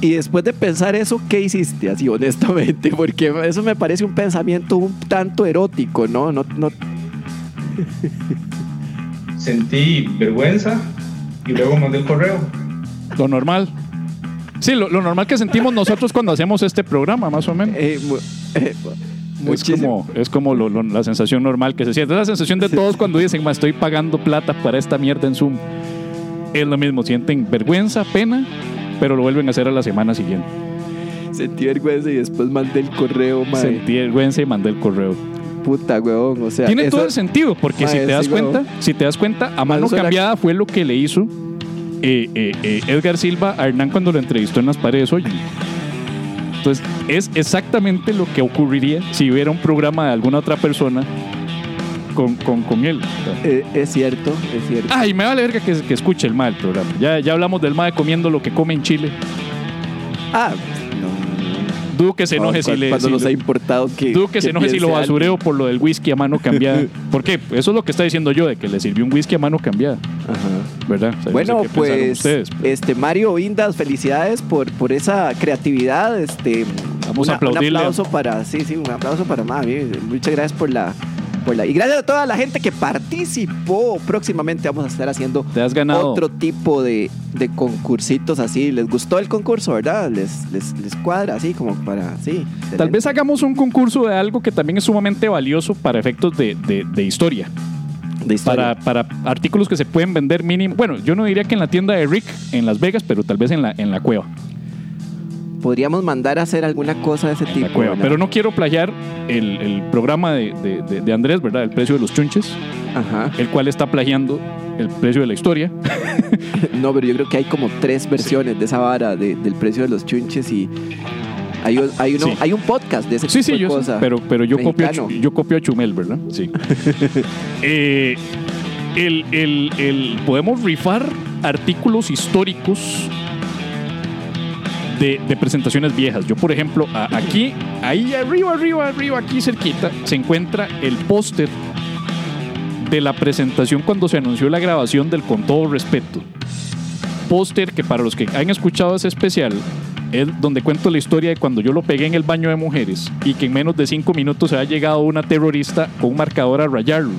Y después de pensar eso, ¿qué hiciste? Así honestamente, [laughs] porque eso me parece un pensamiento un tanto erótico, ¿no? No, no
Sentí vergüenza y luego mandé el correo.
Lo normal. Sí, lo, lo normal que sentimos nosotros cuando hacemos este programa, más o menos.
eh, mu- eh,
Es
muchísimo.
como, es como lo- lo- la sensación normal que se siente. Es la sensación de todos cuando dicen, "Ma, estoy pagando plata para esta mierda en Zoom. Es lo mismo, sienten vergüenza, pena, pero lo vuelven a hacer a la semana siguiente.
Sentí vergüenza y después mandé el correo, madre.
Sentí vergüenza y mandé el correo.
Puta, huevón. O sea,
Tiene
eso-
todo el sentido, porque si
Mae,
te das
sí,
cuenta,
weón.
si te das cuenta, a mano
eso era-
cambiada fue lo que le hizo eh, eh, eh, Edgar Silva a Hernán cuando lo entrevistó en las paredes hoy. Entonces, es exactamente lo que ocurriría si hubiera un programa de alguna otra persona con, con, con él.
Eh, es cierto, es cierto.
Ay, me vale verga que, que escuche el mal el programa. Ya, ya hablamos del mal comiendo lo que come en Chile.
Ah, no, no, no,
Dudo que se enoje si
cuando,
le.
cuando
si
nos
lo-
ha importado que.
Dudo que se enoje si
piense
lo
alguien.
basureo por lo del whisky a mano cambiada. ¿Por qué? Eso es lo que está diciendo yo, de que le sirvió un whisky a mano cambiada,
Ajá.
¿verdad? O sea, yo no sé
Bueno,
qué pensaron
pues
ustedes, pero-
este Mario Indas, felicidades por, por esa creatividad. Este,
Vamos a
Un
aplaudirle.
aplauso para, sí, sí, un aplauso para Mavi. Muchas gracias por la, por la. Y gracias a toda la gente que participó. Próximamente vamos a estar haciendo
Te has ganado.
eh, otro tipo de, de concursitos así. ¿Les gustó el concurso, verdad? Les, les, les cuadra así como para, sí.
Tal
excelente.
vez hagamos un concurso de algo que también es sumamente valioso para efectos de, de- de historia,
de historia.
para, para artículos que se pueden vender mínimo. Bueno, yo no diría que en la tienda de Rick en Las Vegas, pero tal vez en la, en la cueva.
Podríamos mandar a hacer alguna cosa de ese
en
tipo.
la cueva.
¿verdad?
Pero no quiero playar el, el programa de, de- de- de Andrés, ¿verdad? El precio de los chunches,
Ajá. [laughs]
el cual está plagiando el precio de la historia.
No, pero yo creo que hay como tres versiones de esa vara de- del precio de los chunches y hay, un- hay uno,
Sí.
hay un podcast de ese
Sí,
tipo
sí,
de
yo,
cosa.
pero, pero yo, copio a, Chu-
Mexicano.
yo copio a Chumel, ¿verdad? Sí. Eh, el, el- el- podemos rifar artículos históricos de, de presentaciones viejas. Yo, por ejemplo, a- aquí, ahí arriba, arriba, arriba, aquí cerquita, se encuentra el póster de la presentación cuando se anunció la grabación del Con todo respeto. Póster que para los que han escuchado ese especial es donde cuento la historia de cuando yo lo pegué en el baño de mujeres y que en menos de cinco minutos se ha llegado una terrorista con un marcador a rayarlo.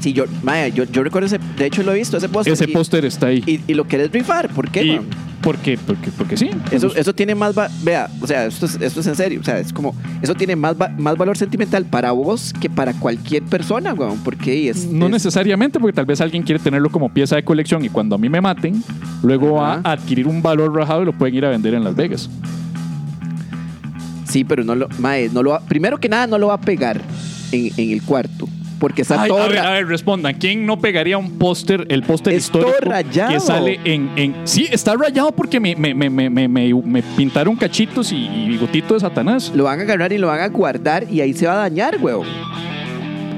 Sí, yo, mae, yo, yo recuerdo ese, de hecho lo he visto, ese póster.
Ese
y-
póster está ahí.
Y, y lo querés rifar, ¿por qué?
Y-
man?
¿Por qué? Porque, porque sí.
Eso,
Pues,
eso tiene más, va- vea, o sea, esto es, esto es en serio, o sea, es como, eso tiene más, va- más valor sentimental para vos que para cualquier persona, weón, porque es...
no
es-
necesariamente, porque tal vez alguien quiere tenerlo como pieza de colección y cuando a mí me maten, luego va
Ajá.
a adquirir un valor rajado y lo pueden ir a vender en Las Vegas.
Sí, pero no lo, mae, no lo va- primero que nada no lo va a pegar en, en el cuarto, porque está
Ay,
todo...
a ver,
ra-
a ver, respondan. ¿Quién no pegaría un póster, el póster
Es todo
histórico
rayado.
que sale en, en- Sí, está rayado porque me, me, me, me, me- me- me pintaron cachitos y, y bigotito de Satanás.
Lo van a agarrar y lo van a guardar y ahí se va a dañar, weón.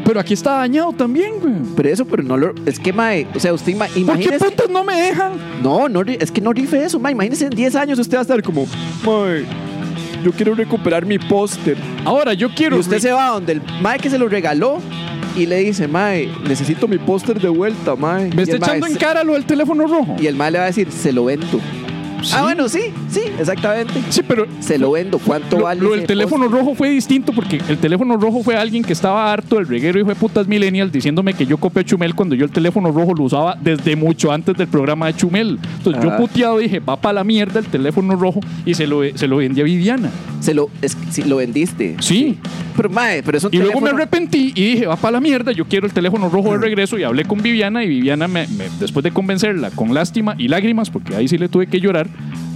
Pero aquí está dañado también, güey.
Pero eso, pero no lo. Es que, mae, o sea, usted ima-
¿Por qué
imagínese.
putas no me dejan?
No, no, ri- es que no rife eso, mae. Imagínese en 10 años usted va a estar como, mae, yo quiero recuperar mi póster.
Ahora yo
Y
quiero.
usted se va donde el mae que se lo regaló y le dice, mae, necesito mi póster de vuelta, mae.
Me
Y
está
el mae
echando en
se-
cara lo del teléfono rojo.
Y el mae le va a decir, se lo vendo.
Sí.
Ah, bueno, sí, sí, exactamente.
Sí, pero.
Se lo vendo. ¿Cuánto
Lo,
vale?
lo
ese
del teléfono rojo fue distinto porque el teléfono rojo fue alguien que estaba harto del reguero y fue putas millennial diciéndome que yo copio a Chumel cuando yo el teléfono rojo lo usaba desde mucho antes del programa de Chumel. Entonces yo
Ajá.
puteado dije, va para la mierda el teléfono rojo y se lo, se lo vendí a Viviana.
póster? Se lo, es- sí, lo vendiste.
Sí.
Pero, mae, pero eso
Y luego me arrepentí y dije, va para la mierda, yo quiero el teléfono rojo de regreso y hablé con Viviana y Viviana, me, me- después de convencerla con lástima y lágrimas, porque ahí sí le tuve que llorar,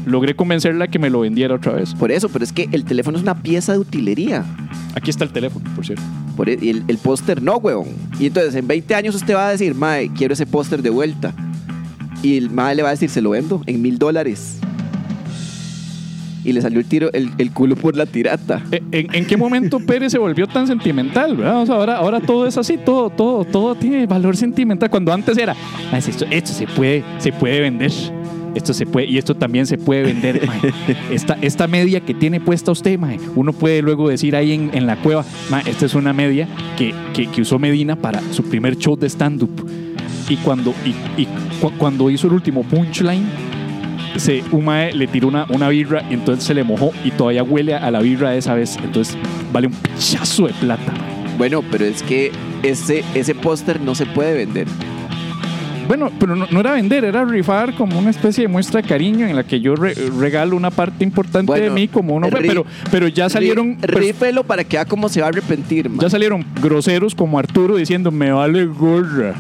logré convencerla que me lo vendiera otra vez.
Por eso, pero es que el teléfono es una pieza de utilería.
Aquí está el teléfono, por cierto.
Por e- y el, el póster no, weón. Y entonces en 20 años usted va a decir, mae, quiero ese póster de vuelta. Y el mae le va a decir, se lo vendo en mil dólares. Y le salió el tiro, el, el culo por la tirata.
Eh, ¿En, en qué momento Pérez se volvió tan sentimental? verdad? O sea, ahora, ahora todo es así, todo, todo, todo tiene valor sentimental. Cuando antes era, "Mae, esto, esto se puede, se puede vender. Esto se puede, y esto también se puede vender, mae. Esta, esta media que tiene puesta usted, mae, uno puede luego decir ahí en, en la cueva, "Mae, esta es una media que, que, que usó Medina para su primer show de stand-up. Y cuando, y, y cu- cuando hizo el último punchline, se, un mae le tiró una, una birra y entonces se le mojó y todavía huele a la birra de esa vez. Entonces vale un pichazo de plata. mae.
Bueno, pero es que ese, ese póster no se puede vender.
Bueno, pero no, no era vender, era rifar como una especie de muestra de cariño en la que yo re- regalo una parte importante de
Bueno,
mí como uno.
ri-
Pero, pero ya salieron. pues
Ri- Rífelo para que vea cómo se va a arrepentir, mae.
Ya salieron groseros como Arturo diciendo, me vale gorra.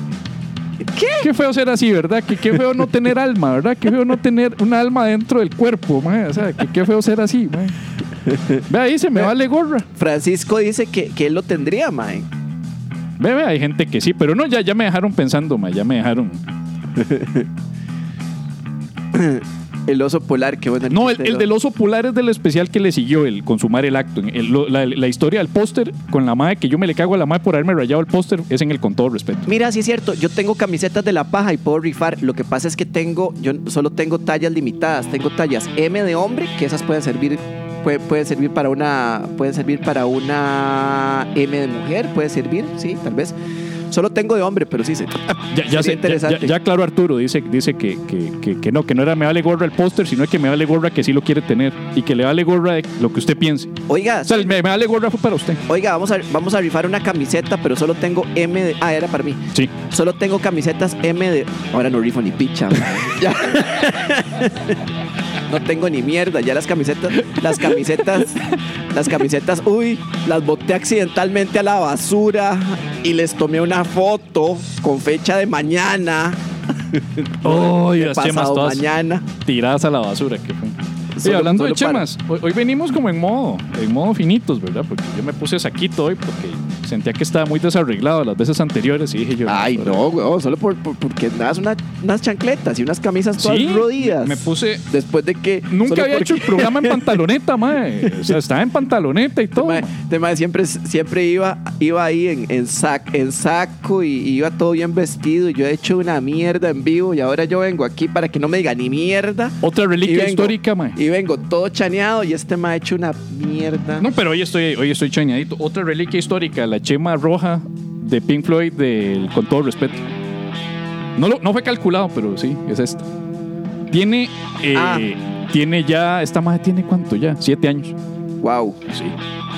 ¿Qué? Qué feo ser así, ¿verdad? Que qué feo no tener alma, ¿verdad? Qué feo no tener un alma dentro del cuerpo, mae. O sea, que qué feo ser así, mae. Ve ahí, se me vale gorra.
Francisco dice que, que él lo tendría, mae.
Ve, ve, hay gente que sí, pero no, ya, ya me dejaron pensando, ma, ya me dejaron.
El oso polar, qué bueno.
No, el, el del oso polar es del especial que le siguió, el consumar el acto. El- lo- la, la historia del póster con la madre, que yo me le cago a la madre por haberme rayado el póster, es en el con todo respeto.
Mira, sí es cierto, yo tengo camisetas de la paja y puedo rifar. Lo que pasa es que tengo, yo solo tengo tallas limitadas. Tengo tallas M de hombre, que esas pueden servir puede, puede servir para una puede servir para una M de mujer, puede servir, sí, tal vez. Solo tengo de hombre, pero sí sé.
Ya, ya,
Sería
sé, ya-
interesante.
ya- ya claro, Arturo dice, dice que, que- que- que no, que no era me vale gorra el póster, sino que me vale gorra que sí lo quiere tener y que le vale gorra de lo que usted piense.
Oiga,
[laughs] O sea, el me, me vale gorra fue para usted.
oiga, vamos a vamos a rifar una camiseta, pero solo tengo M de Ah, era para mí.
Sí.
Solo tengo camisetas M de Ahora no rifo ni picha. man. Ya. No tengo ni mierda, ya las camisetas, las camisetas, las camisetas, uy, las boté accidentalmente a la basura y les tomé una foto con fecha de mañana.
Oh, las chemas
pasado
todas
mañana.
tiradas a la basura. Que fue. Y
Solo-
hablando de
solo para-
chemas, hoy, hoy venimos como en modo, en modo finitos, ¿verdad? Porque yo me puse saquito hoy porque sentía que estaba muy desarreglado las veces anteriores y dije yo...
Ay,
pero-
no, weón, solo por, por- porque das una- unas chancletas y unas camisas todas
Sí,
rodillas.
me puse...
Después de que.
Nunca
solo
había hecho el
porque-
programa
[laughs]
en pantaloneta, mae. O sea, estaba en pantaloneta y todo.
Tema,
mae.
tema siempre, siempre iba, iba ahí en, en, sac- en saco y iba todo bien vestido. y Yo he hecho una mierda en vivo y ahora yo vengo aquí para que no me diga ni mierda.
Otra
Y
reliquia
vengo-
histórica, mae.
Y vengo todo chaneado y este me ha hecho una mierda.
No, pero hoy estoy, hoy estoy chañadito. Otra reliquia histórica, la chema roja de Pink Floyd, del, con todo respeto. No, lo- no fue calculado, pero sí, es esta. Tiene, eh,
Ah.
tiene ya, esta madre tiene cuánto ya? Siete años.
Wow,
Sí.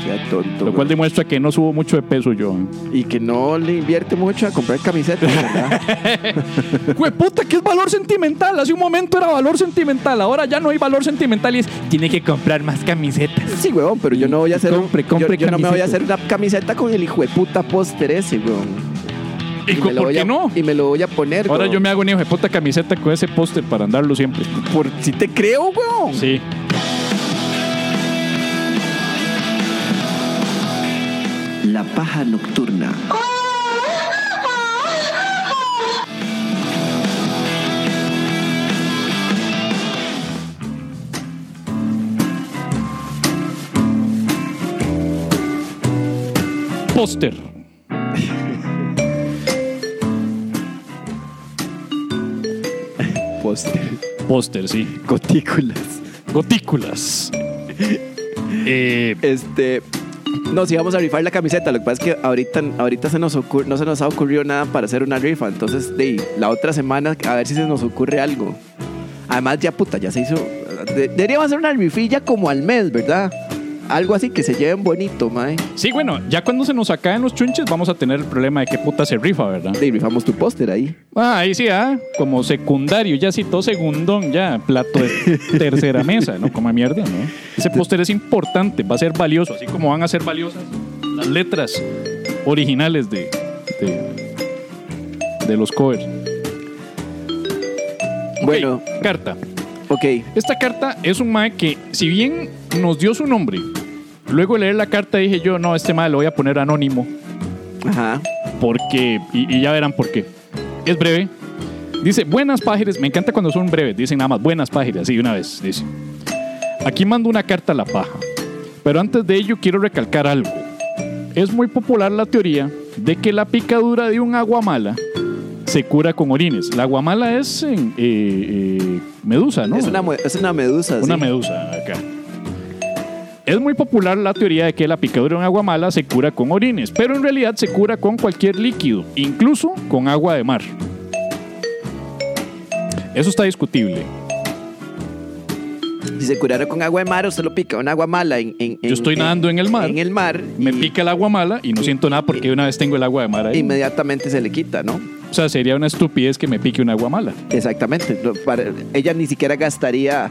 sea tonto.
Lo cual
güey.
demuestra que no subo mucho de peso yo. ¿eh? [laughs]
Y que no le invierte mucho a comprar camisetas, ¿verdad?
[laughs] Güey, puta, que es valor sentimental. Hace un momento era valor sentimental, ahora ya no hay valor sentimental y es, tiene que comprar más camisetas.
Sí, weón, pero yo no voy a hacer.
Compre,
yo-
compre
yo, no me voy a
camiseta.
hacer una camiseta con el hijo de puta póster ese, weón.
¿Y,
me
co-
lo
por
voy
qué
a-
no?
Y me lo voy a poner,
Ahora
weón.
yo me hago una hijo de puta camiseta con ese póster para andarlo siempre.
Por, si te creo, weón.
Sí.
La paja nocturna.
póster.
Póster.
Póster, sí.
Gotículas.
Gotículas. Eh,
Este. No, sí, vamos a rifar la camiseta. Lo que pasa es que ahorita, ahorita se nos ocur- no se nos ha ocurrido nada para hacer una rifa. Entonces, de la otra semana, a ver si se nos ocurre algo. Además, ya puta, ya se hizo. de- deberíamos hacer una rifilla como al mes, ¿verdad? Algo así que se lleven bonito, mae.
sí, bueno, ya cuando se nos acaben los chunches vamos a tener el problema de qué puta se rifa, ¿verdad?
De rifamos tu póster ahí.
Ah, ahí sí, ah, como secundario, ya citó segundón, ya, plato de tercera mesa, no como mierda, ¿no? Ese póster es importante, va a ser valioso, así como van a ser valiosas las letras originales de, de, de los covers.
Bueno,
Ok, carta.
ok.
Esta carta es un mae que, si bien nos dio su nombre, luego de leer la carta dije yo, no, este mae lo voy a poner anónimo,
Ajá.
porque, y, y ya verán por qué. Es breve. Dice, buenas páginas, me encanta cuando son breves, dicen nada más, buenas páginas, así de una vez, dice. Aquí mando una carta a la paja, pero antes de ello quiero recalcar algo. Es muy popular la teoría de que la picadura de un aguamala se cura con orines. La aguamala es en, eh, eh, medusa, ¿no?
Es, una, mue- es una medusa.
Una
sí.
medusa acá. Es muy popular la teoría de que la picadura de un agua mala se cura con orines, pero en realidad se cura con cualquier líquido, incluso con agua de mar. Eso está discutible.
Si se curara con agua de mar, usted lo pica. Un agua mala en. en- en-
Yo estoy nadando en el mar,
En el mar.
me
y
pica el agua mala y no siento nada porque una vez tengo el agua de mar ahí.
Inmediatamente se le quita, ¿no?
O sea, sería una estupidez que me pique un agua mala.
Exactamente. No, para- ella ni siquiera gastaría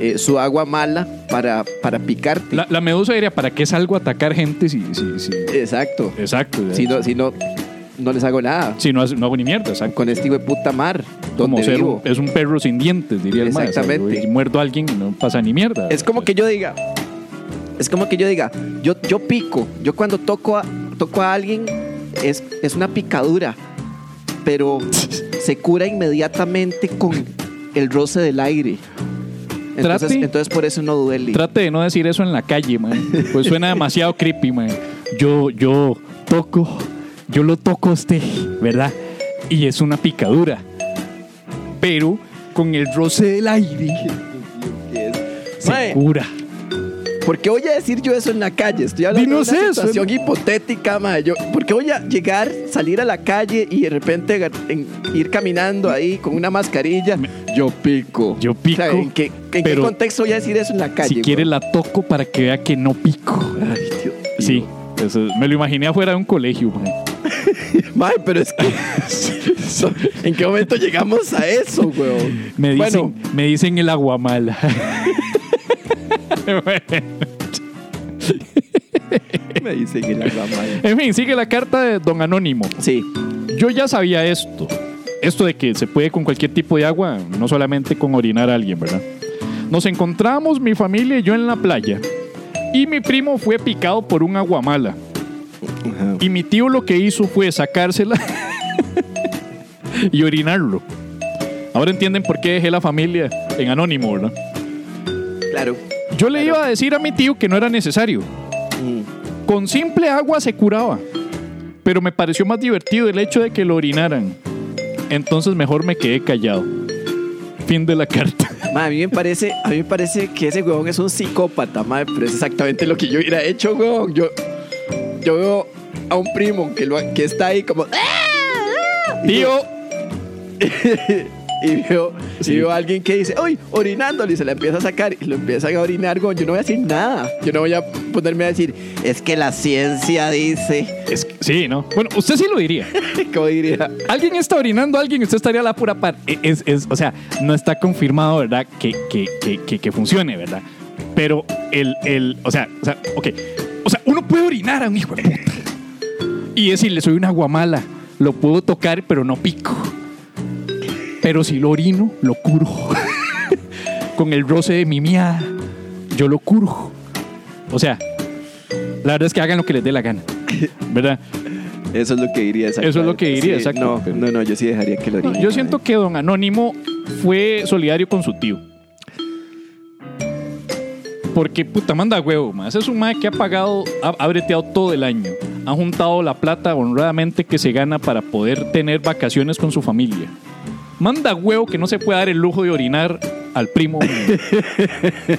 eh, su agua mala para, para picarte.
La, la medusa diría, ¿para qué salgo a atacar gente si... si, si-
Exacto.
Exacto.
Si no, si no, no les hago nada.
si no, hace- no hago ni mierda, exacto.
Con este hijo de puta mar,
como
donde
ser un,
vivo.
es un perro sin dientes, diría el maestro.
Exactamente.
muerdo a alguien y no pasa ni mierda.
Es como que yo diga, es como que yo diga, yo, yo pico, yo cuando toco a, toco a alguien es, es una picadura,
[laughs]
pero se cura inmediatamente con el roce del aire. Entonces,
Trate-
entonces por eso no duele.
Trate de no decir eso en la calle, man.
[laughs]
Pues suena demasiado creepy, man. Yo, yo toco, yo lo toco a usted, ¿verdad? Y es una picadura.
[laughs]
Pero con el roce del aire
¿Qué es?
se
Mae,
cura.
¿Por qué voy a decir yo eso en la calle? Estoy hablando
Dinos
de una
eso.
situación hipotética, mae. Yo, ¿Por qué voy a llegar, salir a la calle y de repente ga- en- ir caminando ahí con una mascarilla? Yo pico.
Yo pico,
O sea, ¿En, qué, en qué
pero-
contexto voy a decir eso en la calle?
si quiere la toco para que vea que no pico.
weón? Ay, Dios.
Sí, eso es- me lo imaginé afuera de un colegio. mae.
[laughs] Mae, pero es
[laughs]
que. so- ¿En qué momento llegamos a eso, weón?
Me dicen,
Bueno,
me dicen el aguamala.
me dicen el agua, mae.
[laughs] en fin, sigue la carta de Don Anónimo.
Sí,
Yo ya sabía esto. Esto de que se puede con cualquier tipo de agua, no solamente con orinar a alguien, ¿verdad? Nos encontramos mi familia y yo en la playa. Y mi primo fue picado por un aguamala. Y mi tío lo que hizo fue sacársela [laughs] y orinarlo. Ahora entienden por qué dejé la familia en anónimo, ¿verdad?
claro.
Yo le iba a decir a mi tío que no era necesario.
Mm.
Con simple agua se curaba. Pero me pareció más divertido el hecho de que lo orinaran. Entonces mejor me quedé callado. Fin de la carta.
Ma, a, mí me parece, a mí me parece que ese huevón es un psicópata, ma, pero es exactamente lo que yo hubiera hecho, huevón. Yo, yo veo a un primo que, lo, que está ahí como... ¡Ah! Y
Tío,
yo- [laughs] Y veo, y veo a alguien que dice, uy, orinándole, y se la empieza a sacar, y lo empiezan a orinar, huevón. Yo no voy a decir nada. Yo no voy a ponerme a decir, es que la ciencia dice... [laughs]
es que- sí, ¿no? Bueno, usted sí lo diría.
¿Cómo diría?
Alguien está orinando a alguien, usted estaría a la pura par. E- Es, es- o sea, no está confirmado, ¿verdad? Que, que, que, que, que funcione, ¿verdad? Pero el, el, o sea, o sea, ok. O sea, uno puede orinar a un hijo de puta. Y decirle, soy una guamala. Lo puedo tocar, pero no pico. Pero si lo orino, lo curo. [laughs] Con el roce de mi miada, yo lo curo. O sea, la verdad es que hagan lo que les dé la gana. ¿Verdad?
Eso es lo que diría, exactamente.
Eso es lo que diría,
Sí,
exacto.
No, no, no, yo sí dejaría que lo
No,
orine.
yo
ma.
siento que don Anónimo fue solidario con su tío. Porque puta manda huevo, más es un mae que ha pagado, ha, ha breteado todo el año, ha juntado la plata honradamente que se gana para poder tener vacaciones con su familia. Manda huevo que no se puede dar el lujo de orinar al
[laughs]
primo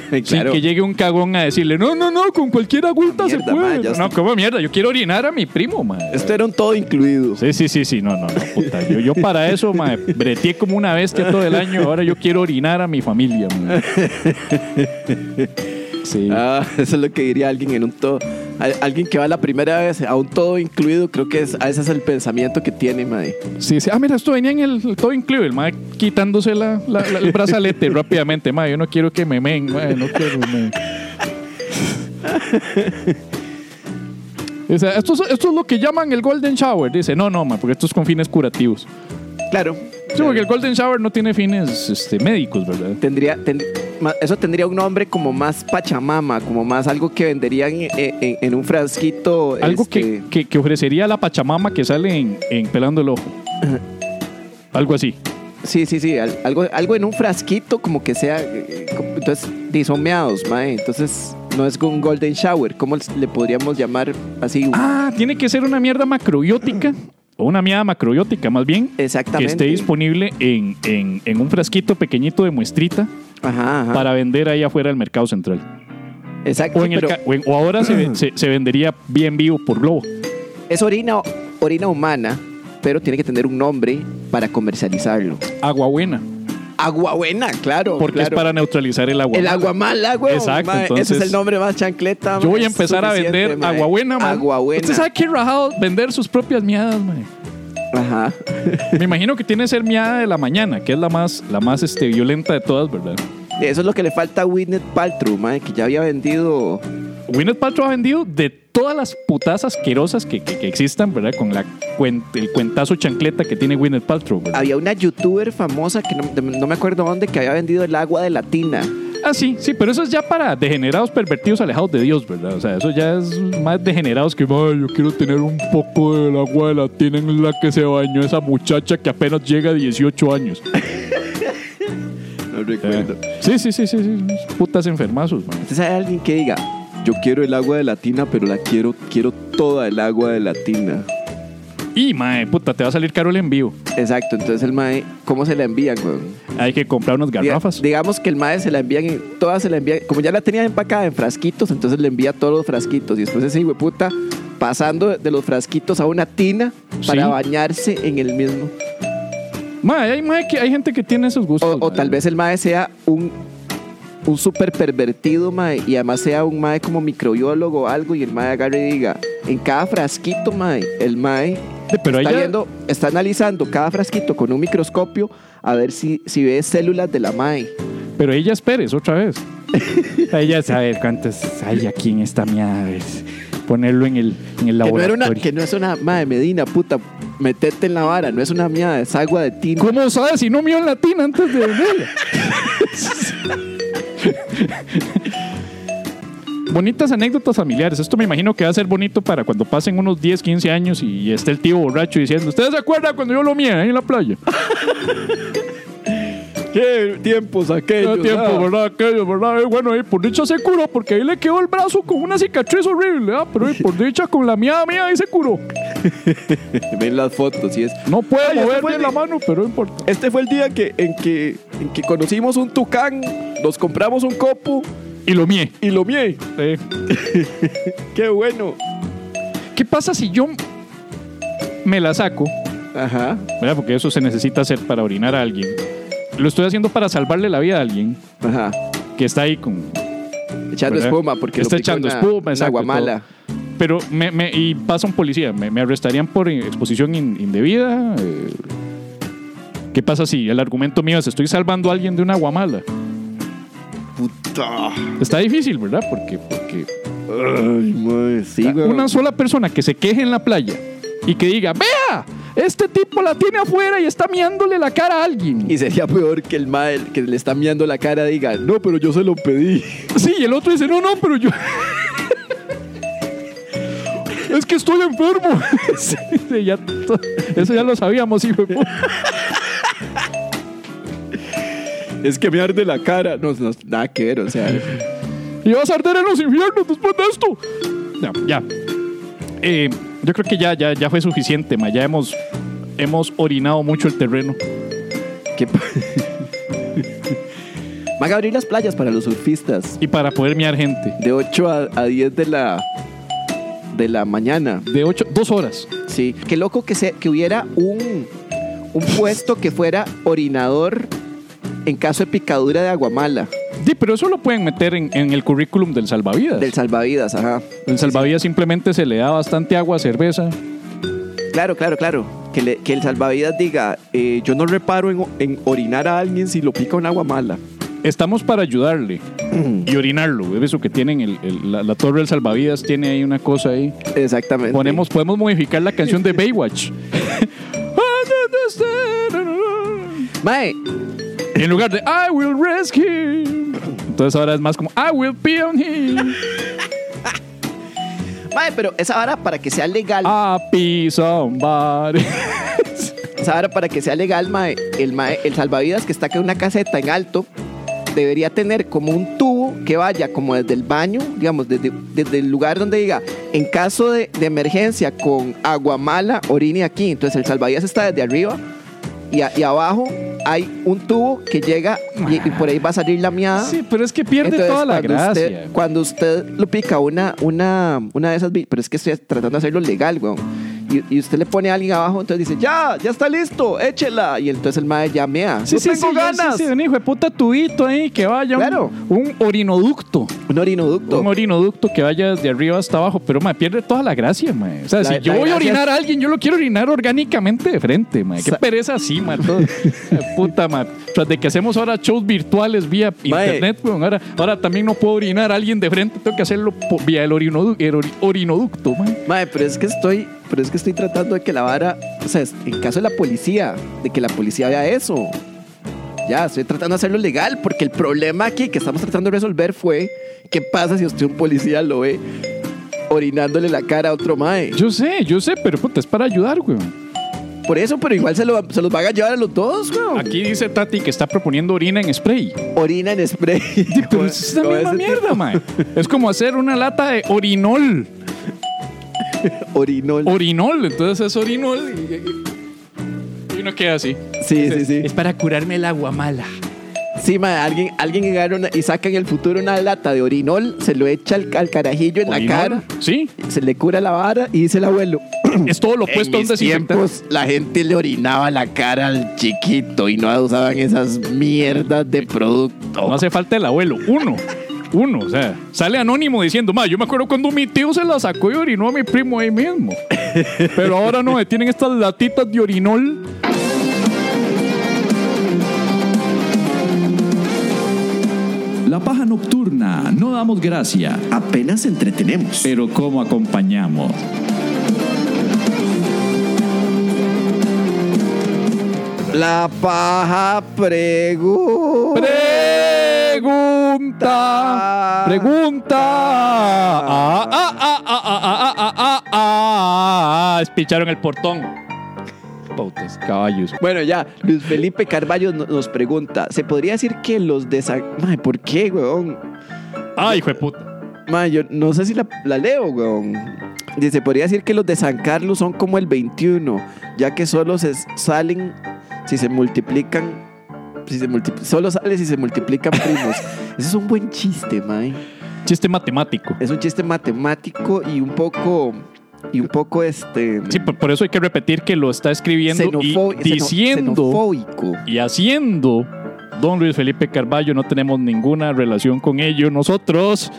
sin
Claro.
que llegue un cagón a decirle, no, no, no, con cualquier agüita
Mierda,
se puede.
mae, ya
no,
estoy-
como mierda, yo quiero orinar a mi primo, mae.
Esto era un todo incluido.
Sí, sí, sí, sí, no, no, no, puta. Yo, yo para eso, mae, breteé como una bestia todo el año. Ahora yo quiero orinar a mi familia, mae. Sí.
Ah, [laughs] eso es lo que diría alguien en un todo. al- Alguien que va la primera vez a un todo incluido, creo que es, a ese es el pensamiento que tiene, mae.
Sí, sí. Ah, mira, esto venía en el, el todo incluido, el mae quitándose la, la- la- el brazalete rápidamente, mae. Yo no quiero que me men, mae, no quiero, mae. O sea, esto, es, esto es lo que llaman el Golden Shower. Dice, no, no, mae, porque esto es con fines curativos.
Claro.
Sí, porque el Golden Shower no tiene fines este, médicos, ¿verdad?
Tendría, ten- ma- eso tendría un nombre como más pachamama, como más algo que venderían en, en- en un frasquito.
Algo
este,
que, que, que ofrecería la Pachamama que sale en, en Pelando
[clears throat]
el Ojo. Algo así.
Sí, sí, sí. al- Algo, algo en un frasquito, como que sea. eh, como- Entonces, disomeados, mae. Entonces, no es un golden shower. ¿Cómo le podríamos llamar así?
Ah, tiene que ser una mierda macrobiótica. O una mierda macrobiótica, más bien. Que
Exactamente.
esté disponible en, en- en un frasquito pequeñito de muestrita
Ajá, ajá.
para vender ahí afuera del mercado central.
Exacto.
O, en el
pero-
ca- o en- o ahora se,
[clears throat]
ve- se- se vendería bien vivo por globo.
Es orina, orina humana, pero tiene que tener un nombre para comercializarlo.
Agua buena.
Agua buena, claro.
Porque
Oh, claro.
es para neutralizar el agua.
El agua mala, güey.
Exacto,
Ese
entonces-
es el nombre más chancleta. mae,
Yo voy a
es
empezar a
suficiente,
vender
mae.
agua buena, man.
Agua buena.
¿Usted sabe qué rajado vender sus propias miadas, man?
Ajá.
Me imagino que tiene que ser miada de la mañana, que es la más, la más este, violenta de todas, ¿verdad?
Eso es lo que le falta a Winnet Paltrow, mae, que ya había vendido.
Winnet Paltrow ha vendido de todas las putas asquerosas que, que- que existan, ¿verdad? Con la cuen- el cuentazo chancleta que tiene Winnet Paltrow, ¿verdad?
Había una youtuber famosa que no, no me acuerdo dónde que había vendido el agua de la tina.
Ah, sí, sí, pero eso es ya para degenerados pervertidos alejados de Dios, ¿verdad? O sea, eso ya es más degenerados que, "Ay, yo quiero tener un poco del agua de la tina en la que se bañó esa muchacha que apenas llega a 18 años.
No
Sí, sí, sí, sí, sí, unos putas enfermazos, man.
¿Usted sabe alguien que diga, yo quiero el agua de la tina, pero la quiero, quiero toda el agua de la tina?
Y, mae, puta, te va a salir caro el envío.
Exacto, entonces el mae, ¿cómo se la envían, weón?
Hay que comprar unas
Diga-
garrafas.
digamos que el mae se la envían, en- todas se la envían, como ya la tenía empacada en frasquitos, entonces le envía todos los frasquitos y después ese puta pasando de los frasquitos a una tina para
Sí.
bañarse en el mismo.
Mae, hay, mae que, hay gente que tiene esos
O,
gustos.
o
mae.
tal vez el mae sea un un súper pervertido, mae, y además sea un mae como microbiólogo o algo, y el mae agarre y diga, en cada frasquito, mae, el mae
Sí, Pero
está,
ella-
viendo, está analizando cada frasquito con un microscopio a ver si, si ve células de la mae.
Pero ella es Pérez otra
[laughs]
vez. ella sabe cuántas hay aquí en esta mierda. es Ponerlo en el,
Que no,
en el
era
laboratorio.
una, que no es una madre Medina, puta. Metete en la vara, no es una mía, es agua de tina.
¿Cómo sabes si no mío en latín antes
[laughs]
de venderla? Bonitas anécdotas familiares. Esto me imagino que va a ser bonito para cuando pasen unos 10, 15 años y esté el tío borracho diciendo: ¿Ustedes se acuerdan cuando yo lo mía ahí en la playa?
¿Qué tiempos aquellos? ah.
Aquel tiempo, ¿verdad? Aquello, ¿verdad? Eh, bueno, y por dicha se curó, porque ahí le quedó el brazo con una cicatriz horrible, ¿ah? Pero eh, [laughs] por dicha, con la mía, mía, ahí se curó.
Ven las fotos, y es.
No puede
Ay, ese
mover
fue el
bien la
día-
mano, pero no importa.
Este fue el día que, en, que, en que conocimos un tucán, nos compramos un copo
Y lo mié.
y lo mié. ¡Qué bueno!
¿Qué pasa si yo me la saco?
Ajá.
¿Verdad? Porque eso se necesita hacer para orinar a alguien. Lo estoy haciendo para salvarle la vida a alguien
Ajá.
que está ahí con...
Echando
¿Verdad?
espuma, porque
Está
lo picó
echando
una-
espuma,
una
exacto,
Aguamala.
Pero me, me- y pasa un policía, me, me arrestarían por in- exposición in- indebida. eh. ¿Qué pasa si el argumento mío es estoy salvando a alguien de una guamala?
Puta.
Está difícil, ¿verdad? Porque, porque
Ay, madre. Sí, güey.
una sola persona que se queje en la playa y que diga, vea, este tipo la tiene afuera y está miándole la cara a alguien.
Y sería peor que el mal que le está mirando la cara diga, no, pero yo se lo pedí.
Sí, y el otro dice, no, no, pero yo... [laughs] es que estoy enfermo. [laughs] Sí, sí, ya to- eso ya lo sabíamos, hijo de puta.
Es que me arde la cara. No, no, nada que ver, o sea.
Y vas a arder en los infiernos después de esto. Ya, ya. Eh, yo creo que ya, ya, ya fue suficiente, ma. Ya hemos, hemos orinado mucho el terreno.
¿Qué pa- [laughs] Van a abrir las playas para los surfistas
Y para poder miar gente.
de 8 a, a 10 de la, de la mañana.
De ocho, dos horas.
Sí. Qué loco que, se, que hubiera un, un puesto que fuera orinador en caso de picadura de aguamala,
Sí, pero eso lo pueden meter en, en el currículum del salvavidas.
del salvavidas, ajá.
el salvavidas simplemente se le da bastante agua, cerveza.
Claro, claro, claro. Que, le- que el salvavidas diga, eh, yo no reparo en, en orinar a alguien si lo pica un aguamala.
Estamos para ayudarle y orinarlo. Es eso que tienen el- el- la, la torre del salvavidas, tiene ahí una cosa ahí.
Exactamente.
Ponemos, podemos modificar la canción de Baywatch.
Mae,
Y en lugar de I will rescue him", Entonces ahora es más como I will be on him.
mae, pero esa vara para que sea legal.
Happy somebody.
O sea, ahora para que sea legal, mae, el, mae- el salvavidas que está acá en una caseta en alto debería tener como un tubo que vaya como desde el baño, digamos, desde, desde el lugar donde diga, en caso de, de emergencia con agua mala, orine aquí. Entonces el salvavidas está desde arriba y, a- y abajo hay un tubo que llega y, y por ahí va a salir la miada.
Sí, pero es que pierde
Ah. Entonces,
toda la
cuando
gracia.
Usted, cuando usted lo pica una, una, una de esas, vi- pero es que estoy tratando de hacerlo legal, weón. Y, y usted le pone a alguien abajo, entonces dice, ya, ya está listo, échela. Y entonces el mae ya mea.
Sí,
"No
sí,
tengo
sí, ya, sí,
ganas.
sí, un hijo de puta tubito ahí que vaya. un-
Claro.
Un, orinoducto.
Un orinoducto.
Un orinoducto que vaya desde arriba hasta abajo. Pero me pierde toda la gracia, mae. O sea,
La-
si yo
la
voy a
gracia
orinar a alguien, yo lo quiero orinar orgánicamente de frente, mae. Qué
Sa-
pereza así, mae.
[laughs]
todo. Ay, puta, mae. Tras de que hacemos ahora shows virtuales vía
Mae.
internet, weón, ahora, ahora también no puedo orinar a alguien de frente. Tengo que hacerlo po- vía el, orinodu- el ori- orinoducto, mae.
Mae, pero es que estoy, pero es que estoy tratando de que la vara, o sea, es- en caso de la policía, de que la policía vea eso. Ya, estoy tratando de hacerlo legal, porque el problema aquí que estamos tratando de resolver fue qué pasa si usted un policía lo ve orinándole la cara a otro mae.
Yo sé, yo sé, pero puta, es para ayudar, weón.
Por eso, pero igual se, lo- se los van a llevar a los dos, weón.
Aquí dice Tati que está proponiendo orina en spray.
Orina en spray.
Ah. Pero es
[laughs]
la
Como
misma
ese
mierda, mae. Es como hacer una lata de orinol.
Orinol.
Oh, Orinol, entonces es orinol. y- Y uno queda así.
Sí, sí, sí.
Es para curarme el agua mala.
Sí, ma, alguien, alguien agarra una- y saca en el futuro una lata de orinol, se lo echa al, al carajillo en la cara,
Sí,
se le cura la vara y dice el abuelo.
es todo lo
En
opuesto a un
mis
desinfectante.
tiempos, la gente le orinaba la cara al chiquito y no usaban esas mierdas de producto.
No hace falta el abuelo. Uno. Uno, o sea, sale anónimo diciendo, ma, yo me acuerdo cuando mi tío se la sacó y orinó a mi primo ahí mismo. Pero ahora no, me tienen estas latitas de orinol.
La paja nocturna, no damos gracia,
Apenas entretenemos.
pero ¿cómo acompañamos?
La paja pregunta.
Pregunta. Pregunta. Ah, ah, ah, ah, ah, ah, ah, ah, ah, ah. Espicharon el portón. Pautes, caballos.
Bueno, ya, Luis Felipe Carballo no- nos pregunta, ¿se podría decir que los desa... Mae, ¿por qué, weón?
Ay, hijo de puta.
Mae, yo no sé si la, la leo, weón. Dice, podría decir que los de San Carlos son como el 21, ya que solo se s- salen si se multiplican... Si se multipl- solo sale si se multiplican
[laughs]
primos. Eso es un buen chiste, mae.
Chiste matemático.
Es un chiste matemático y un poco... Y un poco, este...
Sí, por, por eso hay que repetir que lo está escribiendo y
xenofo- xeno-
diciendo
xenofóbico.
y haciendo. Don Luis Felipe Carballo, no tenemos ninguna relación con ello nosotros.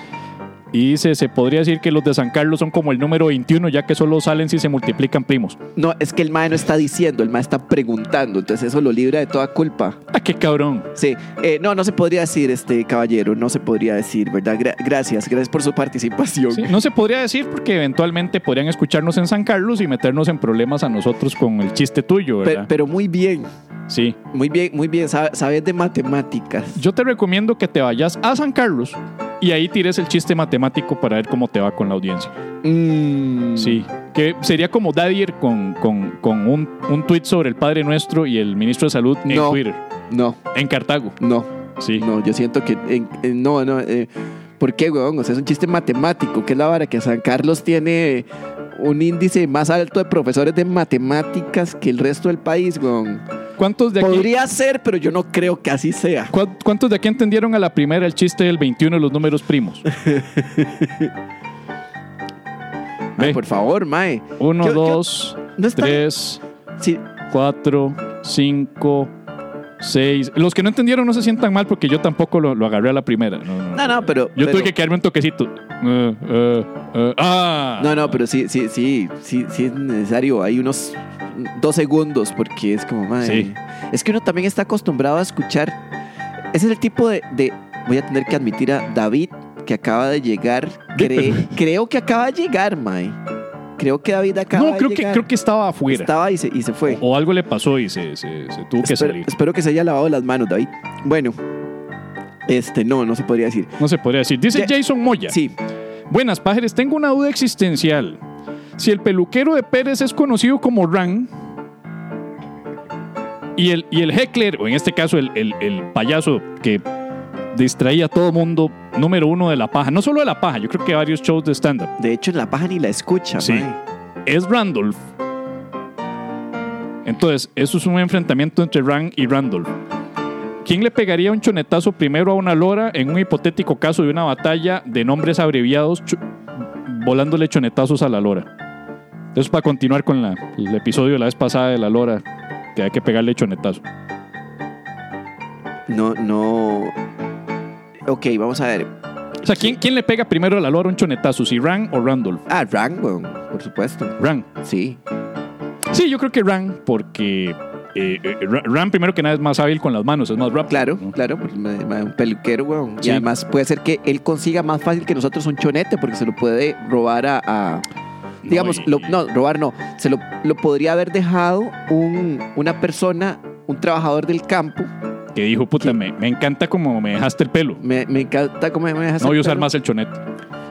Y dice, se podría decir que los de San Carlos son como el número 21, ya que solo salen si se multiplican primos.
No, es que el mae no está diciendo, el mae está preguntando, entonces eso lo libra de toda culpa.
Ah, qué cabrón.
Sí, eh, no, no se podría decir, este caballero, no se podría decir, ¿verdad? Gra- gracias, gracias por su participación.
Sí, no se podría decir porque eventualmente podrían escucharnos en San Carlos y meternos en problemas a nosotros con el chiste tuyo,
Pe-
¿verdad?
pero, muy bien,
sí.
muy bien, muy bien, sa- sabes de matemáticas.
Yo te recomiendo que te vayas a San Carlos y ahí tires el chiste matemático para ver cómo te va con la audiencia.
Mm.
Sí. Que sería como Dadier con, con, con un, un tuit sobre el Padre Nuestro y el Ministro de Salud en
No.
Twitter,
No,
en Cartago.
no,
Sí.
no, yo siento que, en- en- no, no, eh, ¿por qué, weón? O sea, es un chiste matemático, que es la vara que San Carlos tiene un índice más alto de profesores de matemáticas que el resto del país, weón.
¿Cuántos de aquí...
Podría ser, pero yo no creo que así sea.
¿Cuá- ¿Cuántos de aquí entendieron a la primera el chiste del 21 de los
[laughs]
números primos?
Ay,
Ve.
por favor, Mae.
Uno,
Yo- yo-
dos,
No está.
tres,
Sí,
cuatro, cinco, seis. Los que no entendieron no se sientan mal porque yo tampoco lo, lo agarré a la primera. No, no,
no, no, pero.
Yo
pero-
tuve que quedarme un toquecito. Eh, eh, eh, ah.
No, no, pero sí, sí, sí, sí, sí es necesario. Hay unos dos segundos porque es como, Mae.
Sí.
Es que uno también está acostumbrado a escuchar. Ese es el tipo de. de- voy a tener que admitir a David que acaba de llegar. Cre- creo que acaba de llegar, Mae. Creo que David acaba
No,
de
creo que,
llegar.
creo que estaba afuera.
Estaba y se, y se fue.
O algo le pasó y se, se- se tuvo que
espero,
salir.
espero que se haya lavado las manos, David. Bueno, este, no, no se podría decir.
No se podría decir. Dice
Ya-
Jason Moya.
Sí,
Buenas, pájaros. Tengo una duda existencial. Si el peluquero de Pérez es conocido como Ran y el, y el heckler, o en este caso el, el- el payaso que distraía a todo mundo, número uno de la paja, no solo de la paja, yo creo que varios shows de stand-up,
de hecho en la paja ni la escucha,
Sí.
Mae.
es Randolph. Entonces, eso es un enfrentamiento entre Ran y Randolph. ¿Quién le pegaría un chonetazo primero a una lora en un hipotético caso de una batalla de nombres abreviados chu- volándole chonetazos a la lora? Eso es para continuar con la- el episodio de la vez pasada de la lora, que hay que pegarle chonetazo.
No, no. Ok, vamos a ver.
O sea, ¿quién, quién le pega primero a la lora un chonetazo? ¿Si Ran o Randolph?
Ah, Rango, por supuesto.
Ran.
Sí.
Sí, yo creo que Ran, porque eh, eh, Ra- Ran primero que nada es más hábil con las manos, es más rápido.
Claro,
¿no?
claro, pues, ma- ma- un peluquero, weón.
Sí.
Y además puede ser que él consiga más fácil que nosotros un chonete porque se lo puede robar a. a- digamos,
y-
lo- no, robar no. Se lo, lo podría haber dejado un, una persona, un trabajador del campo.
que dijo, puta, me, me encanta como me dejaste el pelo.
Me, me encanta cómo me dejas.
No
el
voy a usar
pelo.
más el chonet.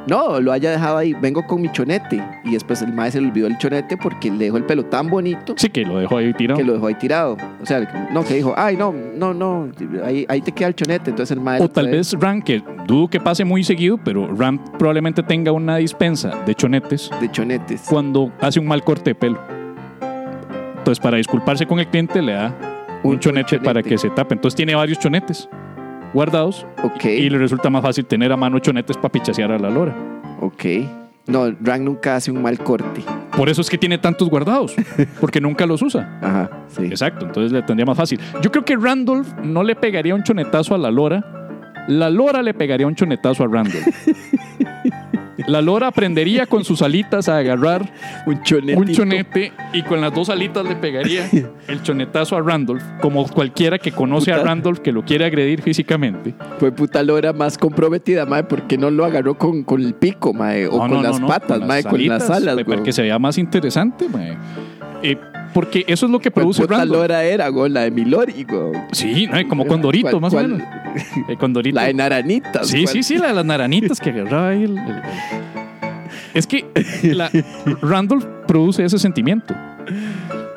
No, lo haya dejado ahí, vengo con mi chonete. Y después el maestro se le olvidó el chonete porque le dejó el pelo tan bonito
Sí, que lo dejó ahí tirado.
que lo dejó ahí tirado. O sea, no, que dijo, ay, no, no, no, ahí, ahí te queda el chonete. Entonces el maestro.
O tal vez Ram, que dudo que pase muy seguido, pero Ram probablemente tenga una dispensa de chonetes
De chonetes.
cuando hace un mal corte de pelo. Entonces, para disculparse con el cliente, le da un,
Un
chonete,
chonete.
para que se tape. Entonces, tiene varios chonetes guardados
Ok.
y, y le resulta más fácil tener a mano chonetes para pichasear a la lora.
Ok. No, Rank nunca hace un mal corte.
Por eso es que tiene tantos
[laughs]
guardados, porque nunca los usa.
Ajá, sí.
Exacto, entonces le tendría más fácil. Yo creo que Randolph no le pegaría un chonetazo a la lora. La lora le pegaría un chonetazo
[laughs]
a Randolph. La lora aprendería con sus alitas a agarrar
Un chonete.
un chonete y con las dos alitas le pegaría el chonetazo a Randolph, como cualquiera que conoce a
Puta.
Randolph que lo quiere agredir físicamente.
Fue puta lora más comprometida, mae, porque no lo agarró con, con el pico, mae, o
No,
con
no, no,
las
no,
patas, mae, con las
alitas,
alas,
para
güey.
que se vea más interesante, mae. Eh, porque eso es lo que produce
puta
Randolph.
lora era, güey, la de Milori, güey.
Sí, no, eh, como Condorito,
¿Cuál-
más
cuál?
o menos. Eh, Condorito.
La de Naranitas.
Sí, sí, sí, la de las naranitas que agarraba ahí. el- el- el- Es que la- Randolph produce ese sentimiento.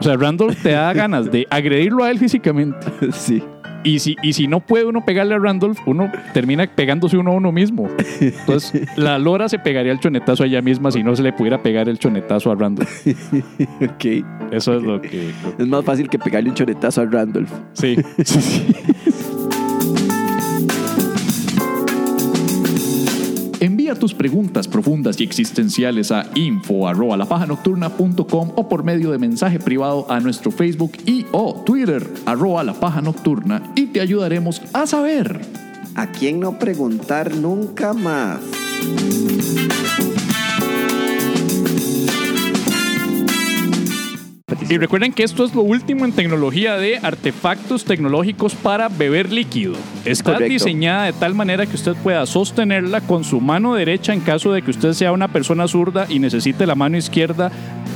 O sea, Randolph te da ganas de agredirlo a él físicamente.
sí. [laughs] Sí.
Y si, y si no puede uno pegarle a Randolph, uno termina pegándose uno a uno mismo. Entonces, la lora se pegaría el chonetazo a ella misma si no se le pudiera pegar el chonetazo a Randolph.
Ok.
Eso es lo que... lo-
Es más fácil que pegarle un chonetazo a Randolph.
sí, sí, sí.
Envía tus preguntas profundas y existenciales a info@lapajanocturna.com o por medio de mensaje privado a nuestro Facebook y o Twitter arroba la paja nocturna y te ayudaremos a saber.
¿A quién no preguntar nunca más?
Y recuerden que esto es lo último en tecnología de artefactos tecnológicos para beber líquido. Está
Correcto.
diseñada de tal manera que usted pueda sostenerla con su mano derecha en caso de que usted sea una persona zurda y necesite la mano izquierda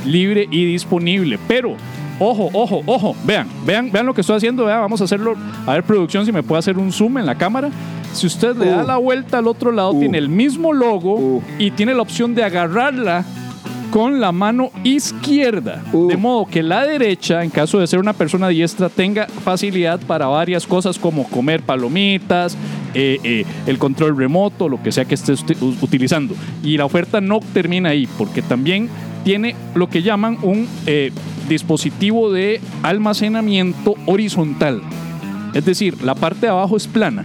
libre y disponible. Pero, ojo, ojo, ojo, vean, vean, vean lo que estoy haciendo, vean, vamos a hacerlo. A ver, producción, si me puede hacer un zoom en la cámara. Si usted le da
Uh.
la vuelta al otro lado,
Uh.
tiene el mismo logo
Uh.
y tiene la opción de agarrarla con la mano izquierda.
Uh.
De modo que la derecha, en caso de ser una persona diestra, tenga facilidad para varias cosas como comer palomitas, eh, eh, el control remoto, lo que sea que estés uti- u- utilizando. Y la oferta no termina ahí, porque también tiene lo que llaman un eh, dispositivo de almacenamiento horizontal. Es decir, la parte de abajo es plana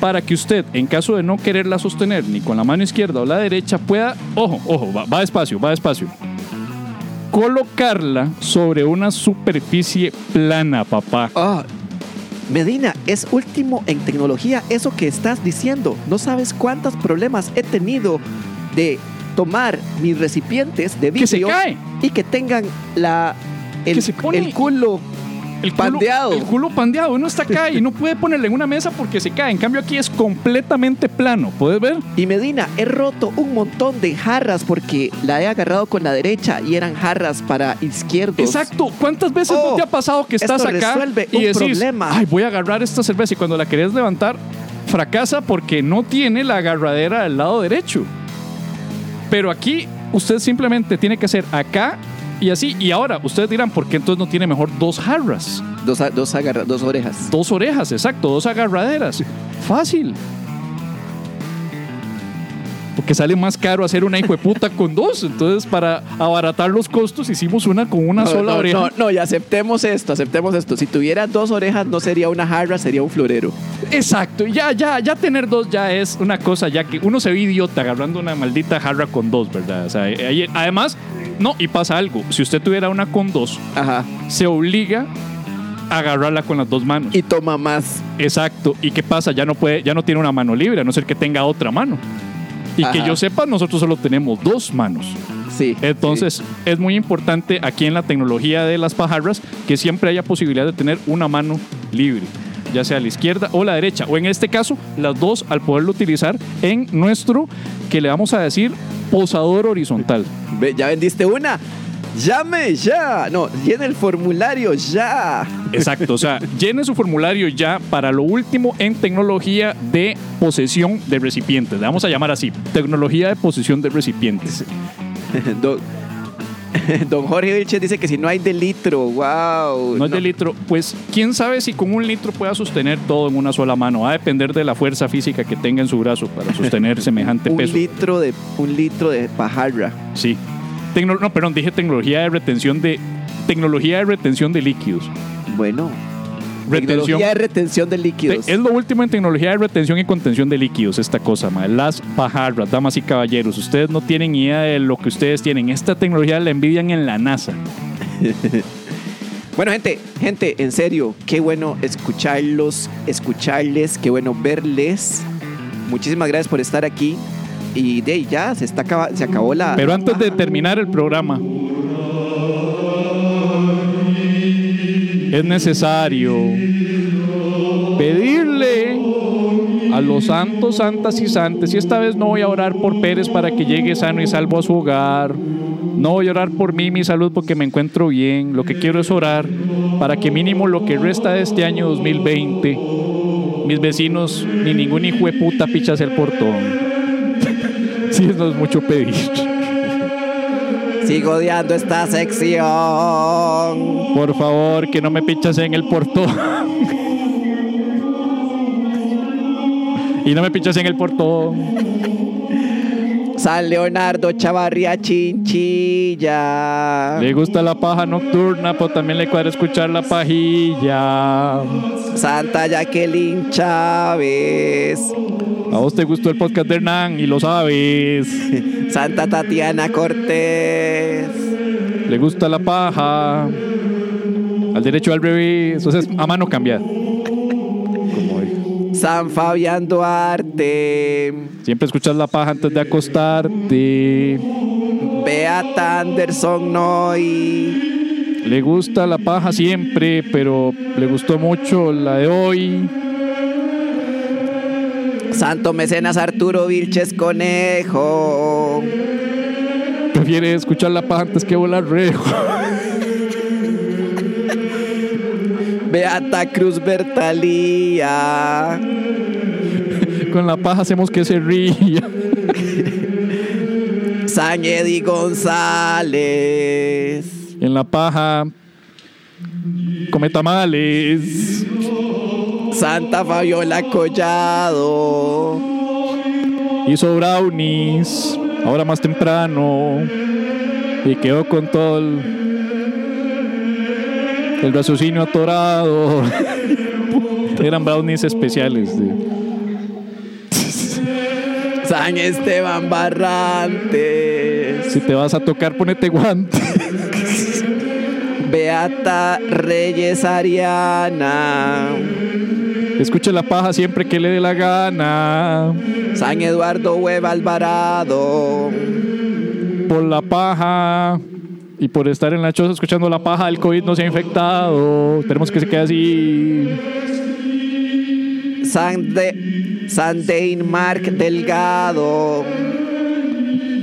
para que usted, en caso de no quererla sostener ni con la mano izquierda o la derecha, pueda, ojo, ojo, va, va despacio, va despacio, colocarla sobre una superficie plana, papá.
Ah, Medina, es último en tecnología eso que estás diciendo. No sabes cuántos problemas he tenido de tomar mis recipientes de
Que se
vidrio
cae.
y que tengan la el,
Que se pone-
el culo
El culo,
Pandeado.
El culo pandeado, uno está acá y no puede ponerla en una mesa porque se cae. En cambio aquí es completamente plano, ¿puedes ver?
y Medina, he roto un montón de jarras porque la he agarrado con la derecha y eran jarras para izquierdos.
Exacto. ¿Cuántas veces no
Oh,
te ha pasado que estás
esto
acá
resuelve
y
un
decís,
problema.
ay, voy a agarrar esta cerveza y cuando la querés levantar fracasa porque no tiene la agarradera del lado derecho? Pero aquí usted simplemente tiene que hacer acá y así. Y ahora ustedes dirán, ¿por qué entonces no tiene mejor dos jarras?
Dos, a- dos, agarra- dos orejas.
Dos orejas, exacto, dos agarraderas. Fácil. Porque sale más caro hacer una hijo de puta con dos. Entonces, para abaratar los costos, hicimos una con una
No,
sola
no,
oreja.
no, no, y aceptemos esto, aceptemos esto. Si tuviera dos orejas, no sería una jarra, sería un florero.
Exacto, ya, ya, ya tener dos ya es una cosa, ya que uno se ve idiota agarrando una maldita jarra con dos, ¿verdad? O sea, ahí- además, no, y pasa algo, si usted tuviera una con dos,
Ajá.
se obliga a agarrarla con las dos manos.
Y toma más.
Exacto, ¿y qué pasa? Ya no puede, ya no tiene una mano libre, a no ser que tenga otra mano. Y que
Ajá.
yo sepa, nosotros solo tenemos dos manos.
Sí.
Entonces, es muy importante aquí en la tecnología de las pajarras que siempre haya posibilidad de tener una mano libre, ya sea la izquierda o la derecha, o en este caso, las dos al poderlo utilizar en nuestro, que le vamos a decir, posador horizontal.
Ve, ya vendiste una. Llame ya. No, llena el formulario ya.
Exacto, o sea, llene su formulario ya para lo último en tecnología de posesión de recipientes. Le vamos a llamar así, tecnología de posesión de recipientes.
[laughs] Don, Don Jorge Vilches dice que si no hay de litro, wow.
No es de litro, pues quién sabe si con un litro pueda sostener todo en una sola mano. Va a depender de la fuerza física que tenga en su
[laughs]
brazo para sostener semejante
un
peso.
litro de un litro de pajarra.
Sí. Tecno- no, perdón, dije tecnología de retención de tecnología de retención de líquidos.
Bueno,
Retención.
tecnología de retención de
Te-
líquidos.
Es lo último en tecnología de retención y contención de líquidos, esta cosa, ma. Las pajarras, damas y caballeros. Ustedes no tienen idea de lo que ustedes tienen. Esta tecnología la envidian en la NASA.
Bueno, gente, gente, en serio, qué bueno escucharlos, escucharles, qué bueno verles. Muchísimas gracias por estar aquí. Y de ahí ya se está acaba- se acabó la
Pero antes de terminar el programa, es necesario pedirle a los santos, santas y santes, y esta vez no voy a orar por Pérez para que llegue sano y salvo a su hogar, no voy a orar por mí, mi salud, porque me encuentro bien, lo que quiero es orar para que mínimo lo que resta de este año 2020, mis vecinos, ni ningún hijo de puta pichas el portón. [laughs] Si no es mucho pedir.
Sigo odiando esta sección.
Por favor, que no me pichas en el portón. y no me pichas en el portón.
San Leonardo Chavarría Chinchilla.
Le gusta la paja nocturna, pero también le cuadra escuchar la pajilla. A
Santa Jacqueline Chávez.
vos te gustó el podcast de Hernán y lo sabes.
Santa Tatiana Cortés.
Le gusta la paja. Al derecho al revés. O sea, es a mano cambiada.
San Fabián Duarte.
Siempre escuchas la paja antes de acostarte.
Beata Anderson Noy.
Le gusta la paja siempre, pero le gustó mucho la de hoy.
Santo Mecenas Arturo Vilches Conejo.
Prefiere escuchar la paja antes que volar rejo.
Beata Cruz Bertalía.
[laughs] Con la paja hacemos que se ría.
San Eddie González.
En la paja come tamales.
Santa Fabiola Collado.
Hizo brownies. Ahora más temprano. Y quedó con todo el, el raciocinio atorado. [laughs] Eran brownies especiales. de-
San Esteban Barrantes.
Si te vas a tocar, ponete guantes.
Beata Reyes Ariana,
Escucha la paja siempre que le dé la gana.
San Eduardo Hueva Alvarado,
por la paja y por estar en la choza escuchando la paja, el COVID no se ha infectado. Esperemos que se quede así.
San, de, San Mark Delgado,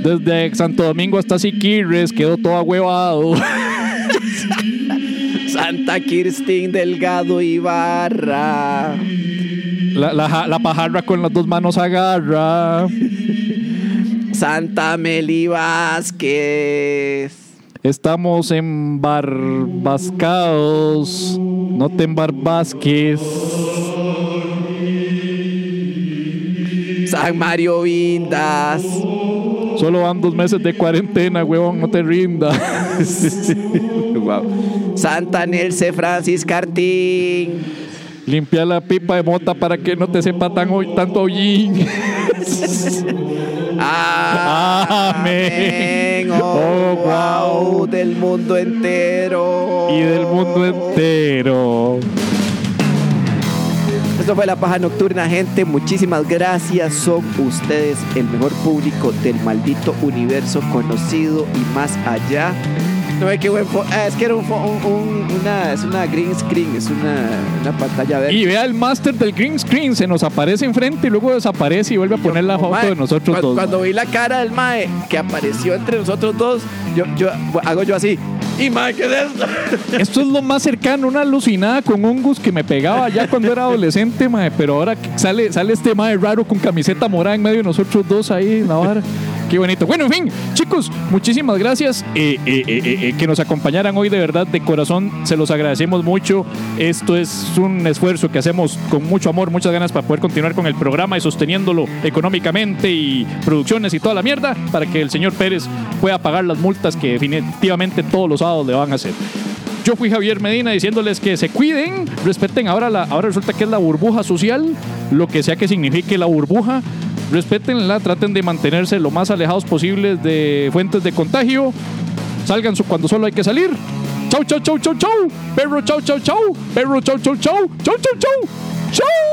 Desde Santo Domingo hasta Siquirres quedó todo huevado.
Santa Kirstin Delgado Ibarra,
[laughs] La, la, ja- la pajarra con las dos manos agarra.
Santa Meli Vázquez,
Estamos embarbascados. No te embarbasques.
San Mario Vindas,
Solo van dos meses de cuarentena, huevón, no te rindas. [laughs]
Santa Nelce Francis Cartín,
Limpia la pipa de mota para que no te sepa tan, hoy- tanto hollín. Amén.
Amén. Oh,
Oh, wow.
wow. Del mundo entero.
y del mundo entero.
Esto fue La Paja Nocturna, gente. Muchísimas gracias. Son ustedes el mejor público del maldito universo conocido y más allá. No ve qué buen fo- ah, es que era un, fo- un- un- una, es una green screen, es una, una pantalla verde.
Y vea el máster del green screen, se nos aparece enfrente y luego desaparece y vuelve a poner la
Como,
foto
"Mae,
de nosotros
cuando,
dos.
Cuando
mae.
vi la cara del mae que apareció entre nosotros dos, yo, yo hago yo así. Y mae, ¿qué es esto?
Esto es lo más cercano, una alucinada con hongus que me pegaba ya cuando era adolescente, mae, pero ahora que sale, sale este mae raro con camiseta morada en medio de nosotros dos ahí en la vara. Qué bonito. Bueno, en fin, chicos, muchísimas gracias eh, eh, eh, eh, eh, que nos acompañaran hoy de verdad, de corazón, se los agradecemos mucho. Esto es un esfuerzo que hacemos con mucho amor, muchas ganas para poder continuar con el programa y sosteniéndolo económicamente y producciones y toda la mierda para que el señor Pérez pueda pagar las multas que definitivamente todos los sábados le van a hacer. Yo fui Javier Medina diciéndoles que se cuiden, respeten ahora la ahora resulta que es la burbuja social, lo que sea que signifique la burbuja, respetenla, traten de mantenerse lo más alejados posibles de fuentes de contagio, salgan su- cuando solo hay que salir. Chau, chau, chau, chau, chau. Perro, chau, chau, chau. Perro, chau, chau, chau. Chau, chau, chau. Chau.